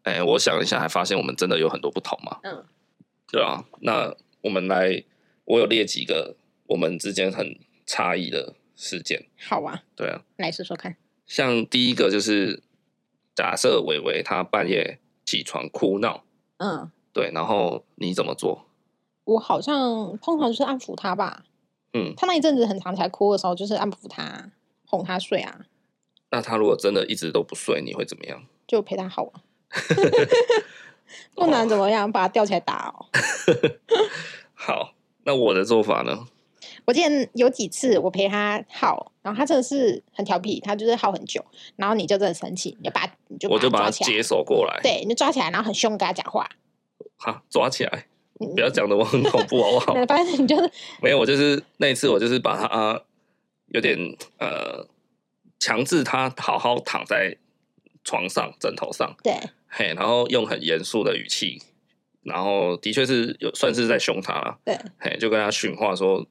Speaker 1: 哎、我想一下，还发现我们真的有很多不同嘛，
Speaker 2: 嗯，
Speaker 1: 对啊，那我们来，我有列几个我们之间很差异的事件，
Speaker 2: 好啊，
Speaker 1: 对啊，
Speaker 2: 来说说看。
Speaker 1: 像第一个就是假设伟伟他半夜起床哭闹，
Speaker 2: 嗯，
Speaker 1: 对，然后你怎么做？
Speaker 2: 我好像通常就是安抚他吧，
Speaker 1: 嗯，
Speaker 2: 他那一阵子很常起来哭的时候，就是安抚他，哄他睡啊，
Speaker 1: 那他如果真的一直都不睡，你会怎么样？
Speaker 2: 就陪他好 啊。
Speaker 1: 哦
Speaker 2: 不然怎么样，把他吊起来打哦。
Speaker 1: 好，那我的做法呢？
Speaker 2: 我之前有几次我陪他耗，然后他真的是很调皮，他就是耗很久，然后你就真的生气，你就把他你就
Speaker 1: 我就把
Speaker 2: 他
Speaker 1: 他
Speaker 2: 抓起来，
Speaker 1: 接手过来，
Speaker 2: 对，你就抓起来，然后很凶跟他讲话，
Speaker 1: 哈，抓起来，
Speaker 2: 嗯
Speaker 1: 不要讲的我很恐怖好不好？
Speaker 2: 那反正你就是
Speaker 1: 没有，我就是那一次，我就是把他、啊有点呃，强制他好好躺在床上枕头上，
Speaker 2: 对
Speaker 1: 嘿，然后用很严肃的语气，然后的确是有算是在凶他啦，
Speaker 2: 对
Speaker 1: 嘿，就跟他训话说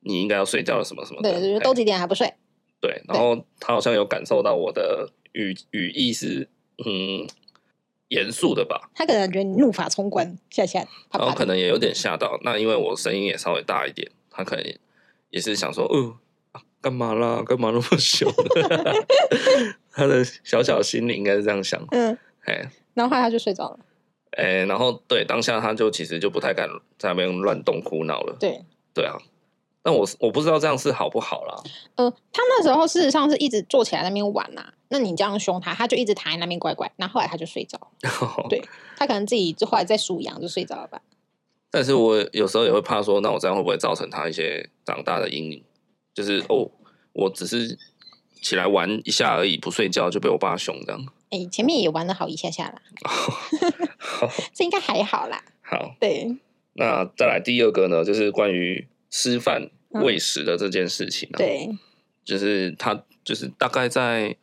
Speaker 1: 你应该要睡觉了什么什么的，哎
Speaker 2: 对，就是
Speaker 1: 嘿
Speaker 2: 都几点还不睡？
Speaker 1: 对，然后他好像有感受到我的语语义是嗯严肃的吧，
Speaker 2: 他可能觉得你怒发冲冠，吓吓怕
Speaker 1: 然后哦
Speaker 2: 怕
Speaker 1: 可
Speaker 2: 的。
Speaker 1: 能也有点吓到。那因为我声音也稍微大一点，他可能也是想说，嗯、啊干嘛啦？干嘛那么凶？他的小小心灵应该是这样想。
Speaker 2: 嗯，
Speaker 1: 哎
Speaker 2: 然后后来他就睡着了。
Speaker 1: 哎，然后对当下他就其实就不太敢在那边乱动哭闹了。
Speaker 2: 对，
Speaker 1: 对啊，但我我不知道这样是好不好啦。
Speaker 2: 呃，他那时候事实上是一直坐起来那边玩呐、那你这样凶他，他就一直躺在那边乖乖，然后后来他就睡着了。对他可能自己就后来在数羊就睡着了吧？
Speaker 1: 但是我有时候也会怕说，那我这样会不会造成他一些长大的阴影？就是哦，我只是起来玩一下而已，不睡觉就被我爸凶这样。
Speaker 2: 哎，前面也玩的好一下下啦，
Speaker 1: 哦 好，
Speaker 2: 这应该还好啦。
Speaker 1: 好，
Speaker 2: 对，
Speaker 1: 那再来第二个呢，就是关于吃饭
Speaker 2: 嗯
Speaker 1: 喂食的这件事情、啊。，
Speaker 2: 对，
Speaker 1: 就是他就是大概在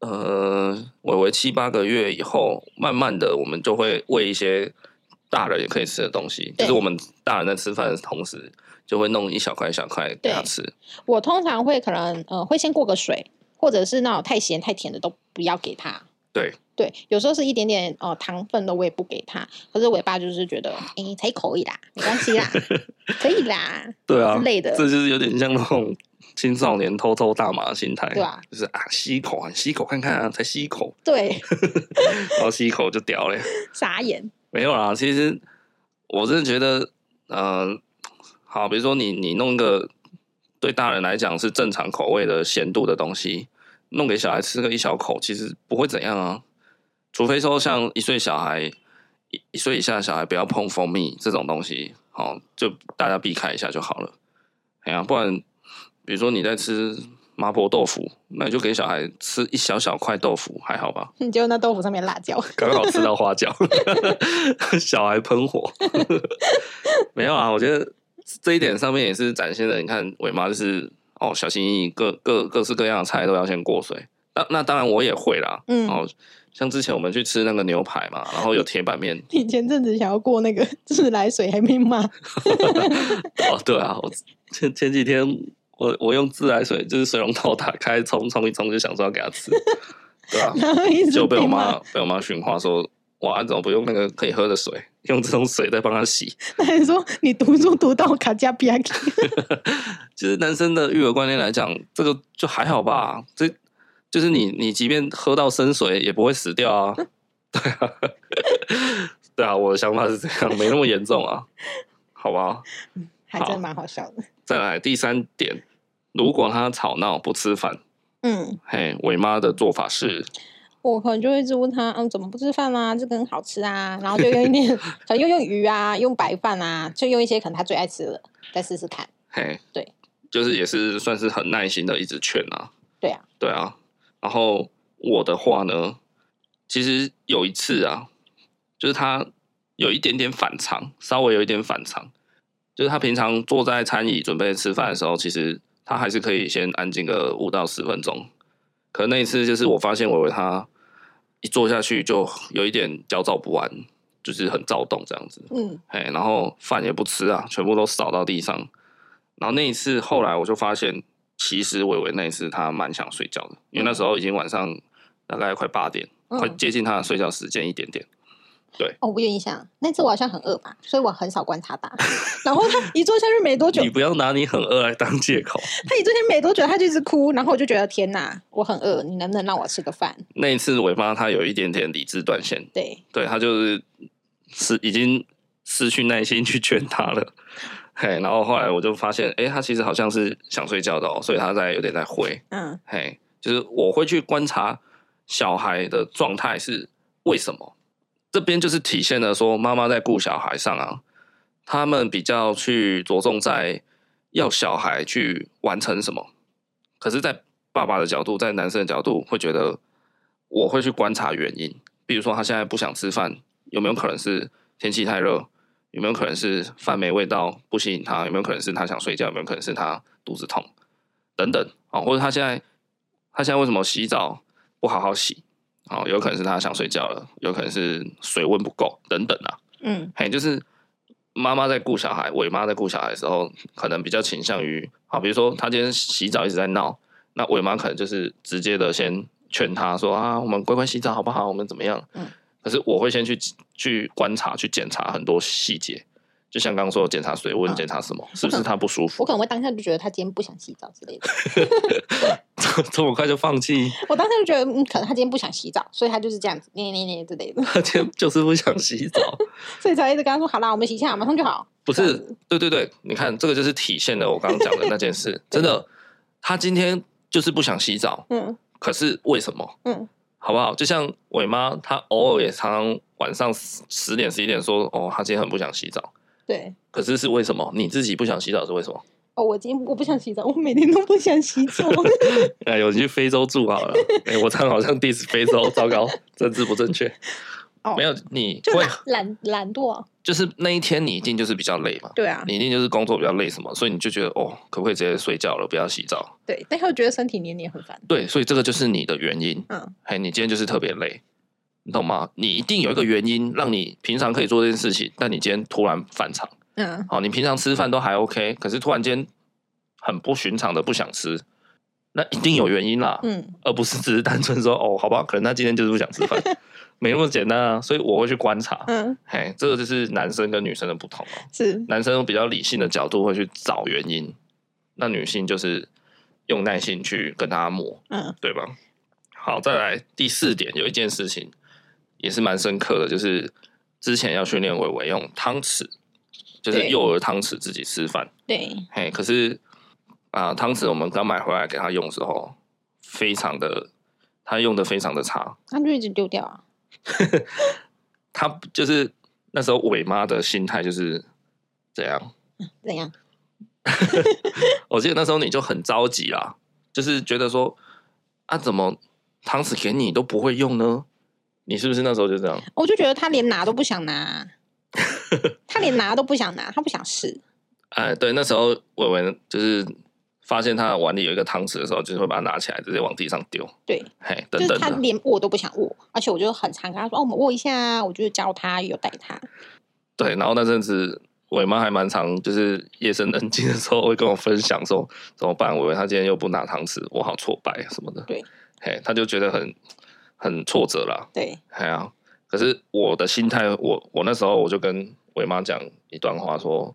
Speaker 1: 呃，微微七八个月以后，慢慢的我们就会喂一些大人也可以吃的东西，就
Speaker 2: 对
Speaker 1: 是我们大人在吃饭的同时，就会弄一小块一小块给他
Speaker 2: 对
Speaker 1: 吃。
Speaker 2: 我通常会可能呃会先过个水，或者是那种太咸太甜的都不要给他。
Speaker 1: 对
Speaker 2: 对，有时候是一点点呃糖分的我也不给他，可是我爸就是觉得哎、诶才一口而已啦，没关系 啦，可以啦，
Speaker 1: 对啊，
Speaker 2: 之类的
Speaker 1: 这就是有点像那种青少年偷偷大麻的心态，
Speaker 2: 对啊，
Speaker 1: 就是啊，吸一口啊，吸一口看看啊，才吸一口，
Speaker 2: 对，
Speaker 1: 然后吸一口就屌嘞，
Speaker 2: 傻眼，
Speaker 1: 没有啦，其实我真的觉得，呃，好，比如说你你弄一个对大人来讲是正常口味的咸度的东西，弄给小孩吃个一小口，其实不会怎样啊，除非说像一岁小孩。一一岁以下的小孩不要碰蜂蜜这种东西，好，就大家避开一下就好了。哎呀、不然比如说你在吃麻婆豆腐，那你就给小孩吃一小小块豆腐，还好吧？
Speaker 2: 就那豆腐上面辣椒，
Speaker 1: 刚好吃到花 椒，小孩喷火。没有啊，我觉得这一点上面也是展现了，你看伟妈就是哦，小心翼翼，各各各式各样的菜都要先过水。那那当然我也会啦，
Speaker 2: 嗯
Speaker 1: 哦，像之前我们去吃那个牛排嘛，然后有铁板 面，
Speaker 2: 你前阵子想要过那个 自来水还没骂，
Speaker 1: 哦，对啊，我前前几天我我用自来水就是水龙头打开冲冲一冲，就想说要给他 吃，对啊，
Speaker 2: 然后一直
Speaker 1: 就被我
Speaker 2: 骂
Speaker 1: 妈被我妈训话说，哇，啊你怎么不用那个可以喝的水，用这种水在帮他洗？
Speaker 2: 他还说你读书读到卡加比亚基，
Speaker 1: 其实男生的育儿观念来讲，这个就还好吧。这就是你，你即便喝到生水也不会死掉啊。 对啊，对啊，我的想法是这样，没那么严重啊，好吧。
Speaker 2: 还真蛮好笑的。
Speaker 1: 再来第三点，如果他吵闹不吃饭，
Speaker 2: 嗯，
Speaker 1: 嘿，伟妈的做法是，
Speaker 2: 我可能就会一直问他，嗯，怎么不吃饭啦、这个很好吃啊，然后就用 一点，可能用用鱼啊，用白饭啊，就用一些可能他最爱吃的，再试试看。
Speaker 1: 嘿，
Speaker 2: 对，
Speaker 1: 就是也是算是很耐心的一直劝啊，
Speaker 2: 对啊，
Speaker 1: 对啊。然后我的话呢，其实有一次啊，就是他有一点点反常，稍微有一点反常，就是他平常坐在餐椅准备吃饭的时候，其实他还是可以先安静个五到十分钟。可那一次就是我发现我为他一坐下去就有一点焦躁不安，就是很躁动这样子。
Speaker 2: 嗯，
Speaker 1: 哎，然后饭也不吃啊，全部都扫到地上。然后那一次，后来我就发现，其实伟伟那一次他蛮想睡觉的，因为那时候已经晚上大概快八点，
Speaker 2: 嗯
Speaker 1: 快接近他的睡觉时间一点点。
Speaker 2: 哦，我有印象，那次我好像很饿吧， 所以我很少观察他。然后他一坐下去没多久
Speaker 1: 你，不要拿你很饿来当借口。
Speaker 2: 他一坐下去没多久，他就一直哭，然后我就觉得天哪，我很饿，你能不能让我吃个饭？
Speaker 1: 那一次，伟妈她有一点点理智断线，
Speaker 2: 对，
Speaker 1: 对她就是失已经失去耐心去劝他了。嘿，然后后来我就发现，哎，他其实好像是想睡觉的哦，所以他在有点在挥。
Speaker 2: 嗯
Speaker 1: 嘿，就是我会去观察小孩的状态是为什么。这边就是体现了说妈妈在顾小孩上啊，他们比较去着重在要小孩去完成什么，可是，在爸爸的角度，在男生的角度，会觉得我会去观察原因，比如说他现在不想吃饭，有没有可能是天气太热？有没有可能是饭没味道不吸引他？有没有可能是他想睡觉？有没有可能是他肚子痛？等等啊、哦，或者他现在他现在为什么洗澡不好好洗？哦，有可能是他想睡觉了，有可能是水温不够等等啊。
Speaker 2: 嗯，
Speaker 1: 嘿，就是妈妈在顾小孩，伟妈在顾小孩的时候，可能比较倾向于，好，比如说他今天洗澡一直在闹，那伟妈可能就是直接的先劝他说啊，我们乖乖洗澡好不好？我们怎么样？
Speaker 2: 嗯。
Speaker 1: 可是我会先去去观察、去检查很多细节，就像刚刚说的检查水温、
Speaker 2: 嗯
Speaker 1: 检查什么，是不是他不舒服
Speaker 2: 我？可能会当下就觉得他今天不想洗澡之类的，
Speaker 1: 这么快就放弃？
Speaker 2: 我当下就觉得嗯，可能他今天不想洗澡，所以他就是这样子，捏捏捏之类的。
Speaker 1: 他今天就是不想洗澡。
Speaker 2: 所以才一直跟他说：“好啦，我们洗一下，马上就好。”
Speaker 1: 不
Speaker 2: 这
Speaker 1: 是
Speaker 2: 样子，
Speaker 1: 对对对，你看这个就是体现了我刚刚讲的那件 事，真的，他今天就是不想洗澡，
Speaker 2: 嗯
Speaker 1: 可是为什么？
Speaker 2: 嗯，
Speaker 1: 好不好？就像伟妈，她偶尔也常常晚上十十点十一点说，哦，她今天很不想洗澡，
Speaker 2: 对。
Speaker 1: 可是是为什么？你自己不想洗澡是为什么？
Speaker 2: 哦，我今天我不想洗澡，我每天都不想洗 澡。
Speaker 1: 哎呦，你去非洲住好了。哎，我这样好像 diss 非洲，糟糕，政治不正确。
Speaker 2: 哦
Speaker 1: 没有你
Speaker 2: 就
Speaker 1: 会
Speaker 2: 懒懒懒惰，
Speaker 1: 就是那一天你一定就是比较累嘛，
Speaker 2: 对啊，
Speaker 1: 你一定就是工作比较累什么，所以你就觉得哦，可不可以直接睡觉了，不要洗澡？
Speaker 2: 对，但是我觉得身体黏黏很烦，
Speaker 1: 对，所以这个就是你的原因。
Speaker 2: 嗯，
Speaker 1: 嘿，你今天就是特别累，你懂吗？你一定有一个原因让你平常可以做这件事情，但你今天突然反常。
Speaker 2: 嗯，
Speaker 1: 好，你平常吃饭都还 OK，可是突然间很不寻常的不想吃，那一定有原因啦，
Speaker 2: 嗯，
Speaker 1: 而不是只是单纯说哦，好吧，可能他今天就是不想 吃饭，没那么简单啊。所以我会去观察，
Speaker 2: 嗯，
Speaker 1: 嘿，这个就是男生跟女生的不同哦。
Speaker 2: 是，
Speaker 1: 男生用比较理性的角度会去找原因，那女性就是用耐心去跟他磨，
Speaker 2: 嗯，
Speaker 1: 对吧？好，再来第四点，有一件事情也是蛮深刻的，就是之前要训练伟伟用汤匙，就是
Speaker 2: 对
Speaker 1: 幼儿汤匙自己吃饭。
Speaker 2: 对，
Speaker 1: 嘿，可是啊、汤匙我们刚买回来给他用的时候，非常的他用的非常的差，
Speaker 2: 他就一直丢掉啊，
Speaker 1: 他就是那时候伟妈的心态就是怎样？
Speaker 2: 怎样？
Speaker 1: 我记得那时候你就很着急啦，就是觉得说啊，怎么汤匙给你都不会用呢？你是不是那时候就这样？
Speaker 2: 我就觉得他连拿都不想拿，他连拿都不想拿，他不想试，
Speaker 1: 哎，对，那时候伟伟就是发现他的碗里有一个汤匙的时候，就是会把它拿起来，直接往地上丢，
Speaker 2: 对，
Speaker 1: 嘿，
Speaker 2: 就
Speaker 1: 等
Speaker 2: 是
Speaker 1: 等
Speaker 2: 他
Speaker 1: 的。
Speaker 2: 连握都不想握，而且我就很常跟他说，哦，我们握一下啊，我就教他，有带他，
Speaker 1: 对，然后那阵子伟妈还蛮常，就是夜深人静的时候会跟我分享说，怎么办？伟伟他今天又不拿汤匙，我好挫败啊什么的。
Speaker 2: 对，
Speaker 1: 嘿，他就觉得很很挫折啦。
Speaker 2: 对，
Speaker 1: 哎呀，可是我的心态，我我那时候我就跟伟妈讲一段话，说，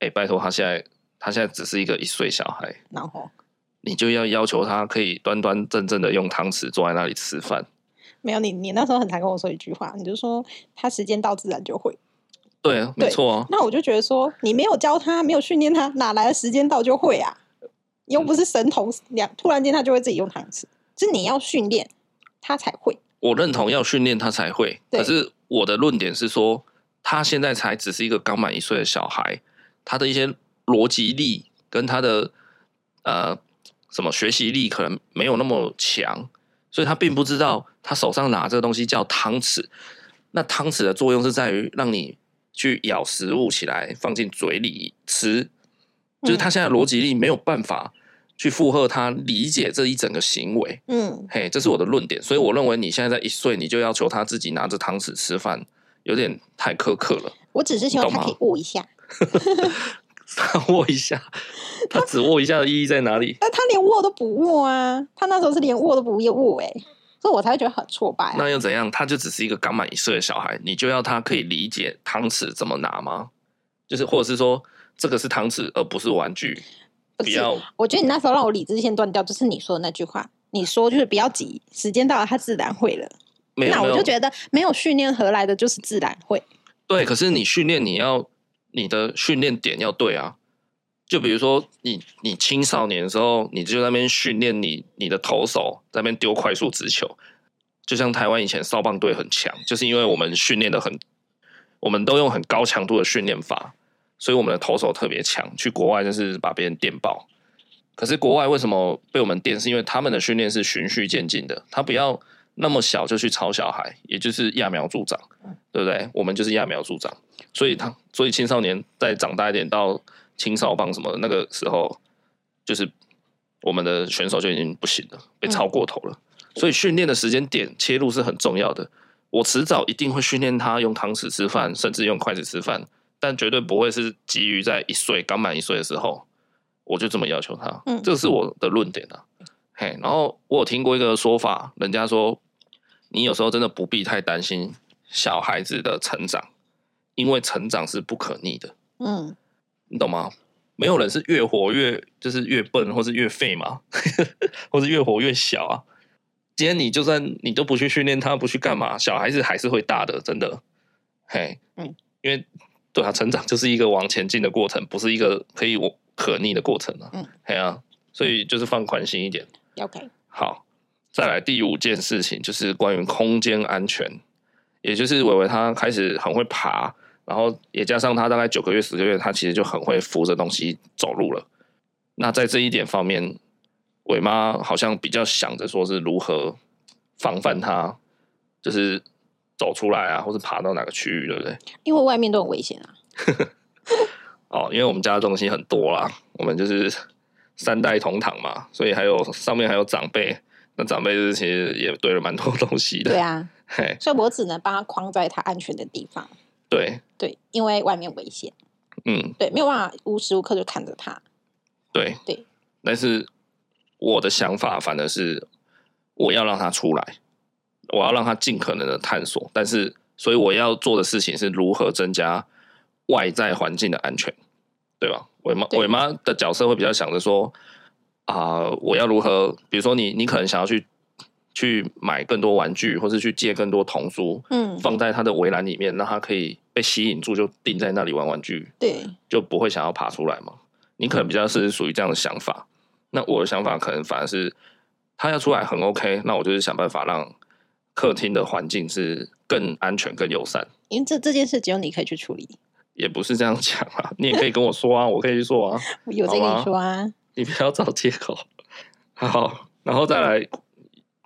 Speaker 1: 哎、拜托，他现在他现在只是一个一岁小孩，
Speaker 2: 然后
Speaker 1: 你就要要求他可以端端正正的用汤匙坐在那里吃饭。
Speaker 2: 没有你，你那时候很常跟我说一句话，你就说他时间到自然就会。
Speaker 1: 对啊，没
Speaker 2: 对
Speaker 1: 错啊，
Speaker 2: 那我就觉得说，你没有教他，没有训练他，哪来的时间到就会啊？又不是神童，两突然间他就会自己用汤匙，是你要训练他才会。
Speaker 1: 我认同要训练他才会。
Speaker 2: 对
Speaker 1: 可是我的论点是说，他现在才只是一个刚满一岁的小孩，他的一些逻辑力跟他的呃什么学习力可能没有那么强，所以他并不知道他手上拿这个东西叫汤匙。那汤匙的作用是在于让你去咬食物起来，放进嘴里吃。就是他现在的逻辑力没有办法去负荷他理解这一整个行为。
Speaker 2: 嗯，
Speaker 1: 嘿，这是我的论点，所以我认为你现在在一岁，你就要求他自己拿着汤匙吃饭，有点太苛刻了。
Speaker 2: 我只是希望
Speaker 1: 懂
Speaker 2: 他
Speaker 1: 吗
Speaker 2: 可以握一下，
Speaker 1: 他握一下，他只握一下的意义在哪里？
Speaker 2: 但他连握都不握啊！他那时候是连握都不握、欸，所以我才会觉得很挫败、啊。
Speaker 1: 那又怎样？他就只是一个刚满一岁的小孩，你就要他可以理解汤匙怎么拿吗？就是或者是说，这个是汤匙，而不是玩具。
Speaker 2: 不
Speaker 1: 不
Speaker 2: 是，
Speaker 1: 要
Speaker 2: 我觉得你那时候让我理智线断掉，就是你说的那句话，你说就是不要急，时间到了他自然会了。
Speaker 1: 没有
Speaker 2: 那
Speaker 1: 没
Speaker 2: 我
Speaker 1: 有
Speaker 2: 就觉得没有训练何来的就是自然会。
Speaker 1: 对，欸可是你训练你要你的训练点要对啊。就比如说你你青少年的时候，你就在那边训练你你的投手在那边丢快速直球，就像台湾以前少棒队很强，就是因为我们训练的很，我们都用很高强度的训练法，所以我们的投手特别强。去国外就是把别人电爆。可是国外为什么被我们电？是因为他们的训练是循序渐进的，他不要那么小就去抄小孩，也就是揠苗助长。对不对？我们就是揠苗助长，所以他所以青少年在长大一点到青少棒什么的那个时候，就是我们的选手就已经不行了，被超过头了。所以训练的时间点切入是很重要的。我迟早一定会训练他用汤匙吃饭，甚至用筷子吃饭，但绝对不会是急于在一岁刚满一岁的时候，我就这么要求他。
Speaker 2: 嗯
Speaker 1: 这是我的论点啊。嘿，然后我有听过一个说法，人家说你有时候真的不必太担心小孩子的成长，因为成长是不可逆的，
Speaker 2: 嗯，
Speaker 1: 你懂吗？没有人是越活越就是越笨，或是越废嘛， 或是越活越小啊。今天你就算你都不去训练他，不去干嘛，小孩子还是会大的，真的。嘿，
Speaker 2: 嗯，
Speaker 1: 因为对啊，成长就是一个往前进的过程，不是一个可以我可逆的过程啊。
Speaker 2: 嗯，
Speaker 1: 嘿啊，所以就是放宽心一点。
Speaker 2: 要改。
Speaker 1: 好，再来第五件事情就是关于空间安全，也就是伟伟他开始很会爬，然后也加上他大概九个月、十个月，他其实就很会扶着东西走路了。那在这一点方面，伟妈好像比较想着说是如何防范他，就是走出来啊，或是爬到哪个区域，对不对？
Speaker 2: 因为外面都很危险啊。
Speaker 1: 哦，因为我们家的东西很多啦，我们就是三代同堂嘛，所以还有上面还有长辈，那长辈就是其实也堆了蛮多东西的。
Speaker 2: 对啊，
Speaker 1: 嘿，
Speaker 2: 所以我只能帮他框在他安全的地方。
Speaker 1: 对，
Speaker 2: 对，因为外面危险，
Speaker 1: 嗯，
Speaker 2: 对，没有办法无时无刻就看着他。
Speaker 1: 对，
Speaker 2: 对。
Speaker 1: 但是我的想法反而是，我要让他出来，我要让他尽可能的探索，但是所以我要做的事情是如何增加外在环境的安全，对吧？伟妈，
Speaker 2: 对
Speaker 1: 伟妈的角色会比较想着说啊、我要如何，比如说你，你可能想要去。去买更多玩具，或是去借更多童书，
Speaker 2: 嗯，
Speaker 1: 放在他的围栏里面，让他可以被吸引住，就定在那里玩玩具。
Speaker 2: 对，
Speaker 1: 就不会想要爬出来嘛。你可能比较是属于这样的想法，那我的想法可能反而是他要出来很 OK，那我就是想办法让客厅的环境是更安全、更友善。
Speaker 2: 因为这这件事只有你可以去处理。
Speaker 1: 也不是这样讲啊，你也可以跟我说啊，我可以去做啊，
Speaker 2: 我 有在跟
Speaker 1: 好
Speaker 2: 你
Speaker 1: 啊
Speaker 2: 说啊，
Speaker 1: 你不要找借口。 好，然后再来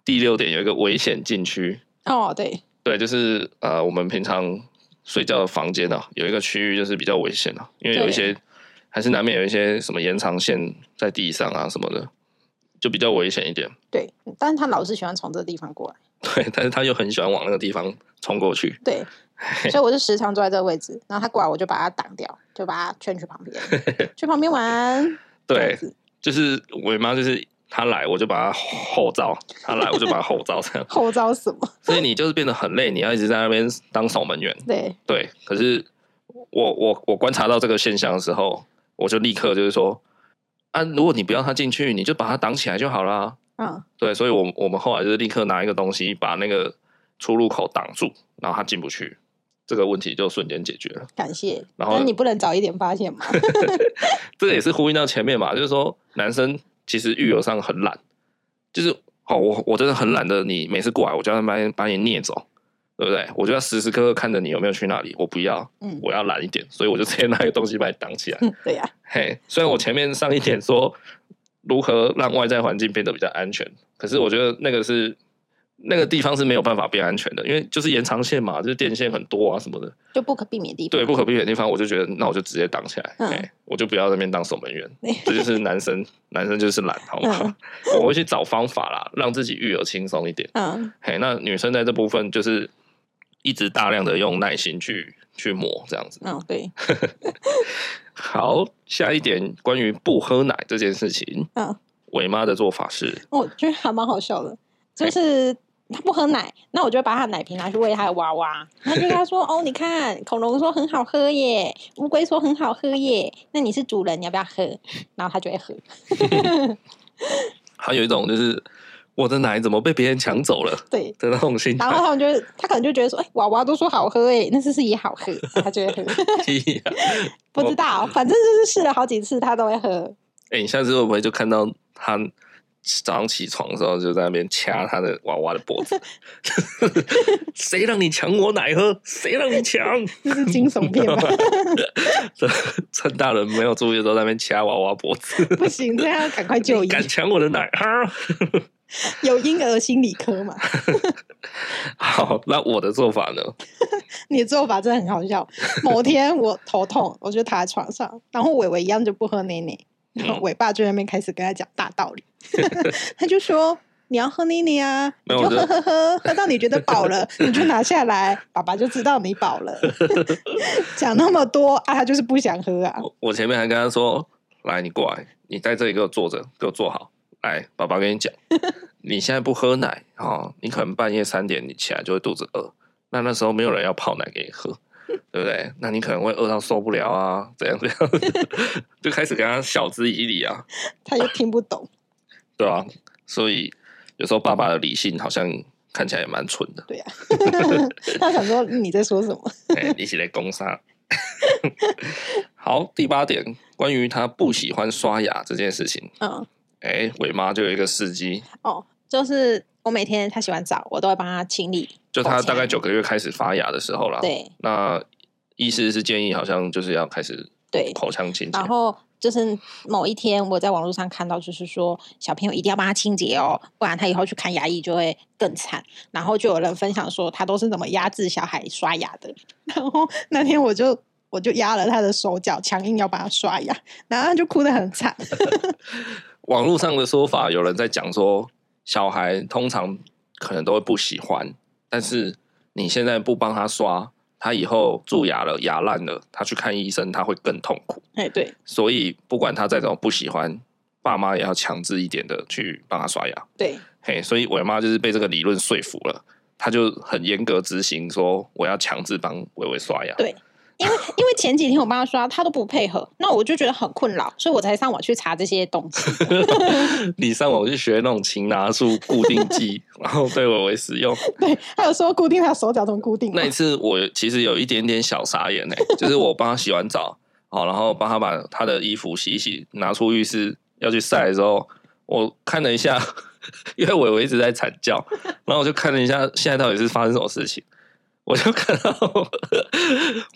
Speaker 1: 第六点，有一个危险禁区，
Speaker 2: 哦，对，
Speaker 1: 对，就是呃，我们平常睡觉的房间啊，有一个区域就是比较危险啊，因为有一些还是难免有一些什么延长线在地上啊什么的，就比较危险一点。
Speaker 2: 对，但是他老是喜欢从这个地方过来，
Speaker 1: 对，但是他又很喜欢往那个地方冲过去。
Speaker 2: 对，所以我就时常坐在这个位置，然后他过来我就把他挡掉，就把他圈去旁边， 去旁边玩。这样
Speaker 1: 对，
Speaker 2: 子，
Speaker 1: 就是我妈，就是她来我就把她后照，她来我就把她后照这样
Speaker 2: 后招什么？
Speaker 1: 所以你就是变得很累，你要一直在那边当守门员。
Speaker 2: 对，
Speaker 1: 对，可是我我我观察到这个现象的时候，我就立刻就是说，啊，如果你不要他进去，你就把他挡起来就好啦。
Speaker 2: 嗯，
Speaker 1: 对，所以我我们后来就是立刻拿一个东西把那个出入口挡住，然后他进不去，这个问题就瞬间解决了。
Speaker 2: 感谢。
Speaker 1: 然后
Speaker 2: 但是你不能早一点发 现嘛？
Speaker 1: 这个也是呼应到前面嘛，就是说男生其实育儿上很懒，就是哦，我我真的很懒得你每次过来，我就要把你把你撵走，对不对？我就要时时刻刻看着你有没有去那里，我不要，
Speaker 2: 嗯，
Speaker 1: 我要懒一点，所以我就直接拿一个东西把你挡起来。
Speaker 2: 对啊呀、
Speaker 1: 嘿，虽然我前面上一点说如何让外在环境变得比较安全，可是我觉得那个是那个地方是没有办法变安全的，因为就是延长线嘛，就是电线很多啊什么的，
Speaker 2: 就不可避免的地方。
Speaker 1: 对，不可避免的地方，我就觉得那我就直接挡起来，
Speaker 2: 嗯
Speaker 1: 哎、我就不要在那边当守门 员，这就是男生，男生就是懒，好吗？
Speaker 2: 嗯
Speaker 1: 我会去找方法啦，让自己育儿轻松一点。
Speaker 2: 嗯，
Speaker 1: 嘿，那女生在这部分就是一直大量的用耐心去去磨这样子。
Speaker 2: 嗯，对，
Speaker 1: 好，下一点关于不喝奶这件事情，
Speaker 2: 嗯，
Speaker 1: 伟妈的做法是，
Speaker 2: 我觉得哦还蛮好笑的，就是他不喝奶，那我就把他的奶瓶拿去喂他的娃娃，然后就跟他说：“哦，你看，恐龙说很好喝耶，乌龟说很好喝耶，那你是主人，你要不要喝？” 然后他就会喝。
Speaker 1: 她有一种就是我的奶怎么被别人抢走了
Speaker 2: 对，
Speaker 1: 的那种心
Speaker 2: 然后
Speaker 1: 态。
Speaker 2: 他们就会他可能就觉得说：“哎、娃娃都说好喝哎，那是不是也好喝？”他就会喝，
Speaker 1: 屁呀
Speaker 2: 不知道，反正就是试了好几次，他都会喝。
Speaker 1: 哎、你下次会不会就看到他早上起床的时候就在那边掐他的娃娃的脖 子？谁让你抢我奶喝？谁让你抢？
Speaker 2: 这是惊悚片吧？
Speaker 1: 趁大人没有注意的时候在那边掐娃娃脖子，
Speaker 2: 不行，这样要赶快就
Speaker 1: 你
Speaker 2: 医。
Speaker 1: 敢抢我的奶啊！
Speaker 2: 有婴儿心理科嘛？
Speaker 1: 好，那我的做法呢？
Speaker 2: 你的做法真的很好笑。某天我头痛，我就躺在床上，然后伟伟一样就不喝奶奶，然后
Speaker 1: 嗯
Speaker 2: 伟爸就在那边开始跟他讲大道 理，他就说。你要喝奶奶啊，
Speaker 1: 没
Speaker 2: 你
Speaker 1: 有
Speaker 2: 就喝
Speaker 1: 我
Speaker 2: 喝喝，喝到你觉得饱了，你就拿下来，爸爸就知道你饱 了。讲那么多啊，他就是不想喝啊。
Speaker 1: 我我前面还跟他说：“来，你过来，你在这里给我坐着，给我坐好。来，爸爸跟你讲，你现在不喝奶哦，你可能半夜三点你起来就会肚子饿，那那时候没有人要泡奶给你喝，对不对？那你可能会饿到受不了啊，怎样怎样，就开始跟他晓之以理啊，
Speaker 2: 他又听不懂，
Speaker 1: 对啊？所以有时候爸爸的理性好像看起来也蛮蠢的，
Speaker 2: 啊 他想说嗯你在说什么？
Speaker 1: 哎，一起来攻杀。 好，第八点，关于他不喜欢刷牙这件事情。”
Speaker 2: 嗯，
Speaker 1: 哎、伟妈就有一个司机，
Speaker 2: 哦，就是我每天他洗完澡，我都会帮他清理。
Speaker 1: 就她大概
Speaker 2: 口
Speaker 1: 九个月开始发芽的时候啦。
Speaker 2: 腔，对
Speaker 1: 那医师是建议好像就是要开始
Speaker 2: 对，
Speaker 1: 口腔清洁
Speaker 2: 然。后就是某一天我在网络上看到，就是说小朋友一定要帮他清洁哦，不然他以后去看牙医就会更惨。然后就有人分享说他都是怎么压制小孩刷牙的。 然后那天我就我就压了他的手脚，强硬要把他刷牙，然后他就哭得很惨。
Speaker 1: 网络上的说法，有人在讲说，小孩通常可能都会不喜欢，但是你现在不帮他刷，他以后蛀牙了、牙烂了，他去看医生他会更痛苦。
Speaker 2: 哎，对，
Speaker 1: 所以不管他再怎么不喜欢，爸妈也要强制一点的去帮他刷牙。
Speaker 2: 对，
Speaker 1: 嘿，所以我妈就是被这个理论说服了，她就很严格执行说，我要强制帮伟伟刷牙。
Speaker 2: 对因为因为前几天我帮他刷，他都不配合，那我就觉得很困扰，所以我才上网去查这些东西。
Speaker 1: 你上网去学那种擒拿术固定技， 然后对伟伟使用。
Speaker 2: 对，还有说固定他的手脚怎么固定嘛？
Speaker 1: 那一次我其实有一点点小傻眼呢、欸就是我帮他洗完澡，好，然后帮他把他的衣服洗一洗，拿出浴室要去晒的时候，我看了一下， 因为伟伟一直在惨叫，然后我就看了一下现在到底是发生什么事情。我就看到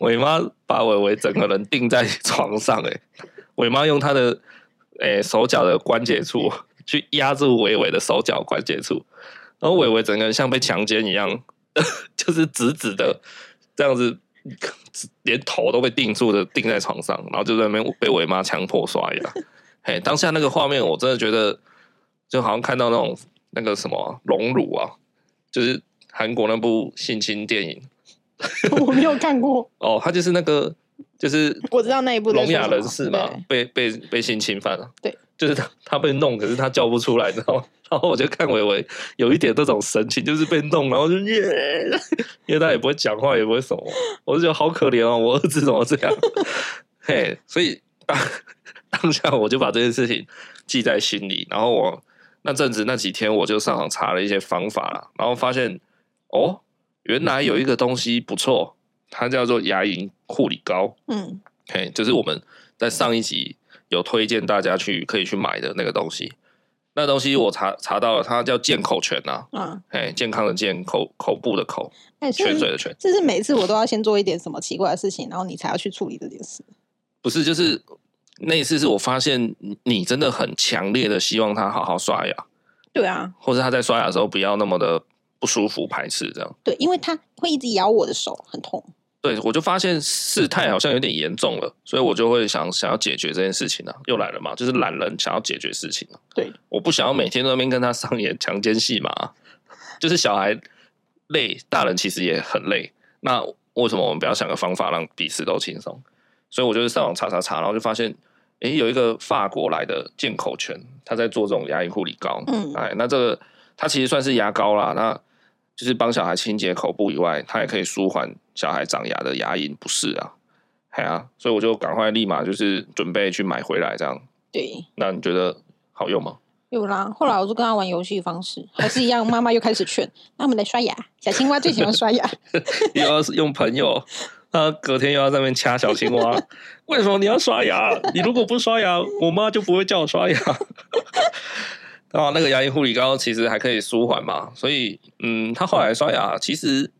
Speaker 1: 伟妈把伟伟整个人钉在床上、欸，伟妈用她的诶、手脚的关节处去压住伟伟的手脚关节处，
Speaker 2: 嗯
Speaker 1: 然后伟伟整个人像被强奸一样， 就是直直的这样子，连头都被定住的定在床上，然后就在那边被伟妈强迫刷牙。嘿，当下那个画面，我真的觉得就好像看到那种那个什么啊荣辱啊，就是韩国那部性侵电影
Speaker 2: 我没有看过，
Speaker 1: 哦，他就是那个就是
Speaker 2: 我知道那一部在
Speaker 1: 聋
Speaker 2: 说
Speaker 1: 哑
Speaker 2: 什么
Speaker 1: 人士嘛
Speaker 2: 对，
Speaker 1: 被被被性侵犯了。
Speaker 2: 对，
Speaker 1: 就是他他被弄，可是他叫不出来，你知道吗？然后我就看伟伟有一点这种神情，就是被弄，然后就耶，因为他也不会讲话，也不会什么，我就觉得好可怜哦，我儿子怎么这样？嘿，所以当当下我就把这件事情记在心里，然后我那阵子那几天我就上网查了一些方法啦，然后发现哦，原来有一个东西不错，它叫做牙龈护理膏。
Speaker 2: 嗯，
Speaker 1: 嘿，就是我们在上一集有推荐大家去可以去买的那个东西。那东西我查查到了，它叫健口泉呐、
Speaker 2: 啊，
Speaker 1: 嘿，健康的健，口口部的口，
Speaker 2: 哎，所以
Speaker 1: 泉水的泉，
Speaker 2: 这是每次我都要先做一点什么奇怪的事情，然后你才要去处理这件事。
Speaker 1: 不是就是那一次是我发现你你真的很强烈的希望他好好刷牙，
Speaker 2: 对啊，
Speaker 1: 或者他在刷牙的时候不要那么的不舒服排斥这样。
Speaker 2: 对，因为他会一直咬我的手，很痛。
Speaker 1: 对，我就发现事态好像有点严重了，所以我就会想想要解决这件事情啊，又来了嘛，就是懒人想要解决事情、啊、
Speaker 2: 对，
Speaker 1: 我不想要每天都在那边跟他上演强奸戏嘛，就是小孩累，大人其实也很累，那为什么我们不要想个方法让彼此都轻松？所以我就是上网查查查，然后就发现，诶，有一个法国来的健口泉，他在做这种牙龈护理膏，
Speaker 2: 嗯
Speaker 1: 哎，那这个它其实算是牙膏啦，那就是帮小孩清洁口部以外，它也可以舒缓小孩长牙的牙龈不适啊，哎呀、所以我就赶快立马就是准备去买回来，这样，
Speaker 2: 对，
Speaker 1: 那你觉得好用吗？
Speaker 2: 有啦。后来我就跟他玩游戏方式，还是一样，妈妈又开始劝，那我们来刷牙。小青蛙最喜欢刷牙，
Speaker 1: 又要用朋友，他隔天又要在那边掐小青蛙。为什么你要刷牙？你如果不刷牙，我妈就不会叫我刷牙。啊，那个牙龈护理膏其实还可以舒缓嘛，所以嗯，他后来刷牙其实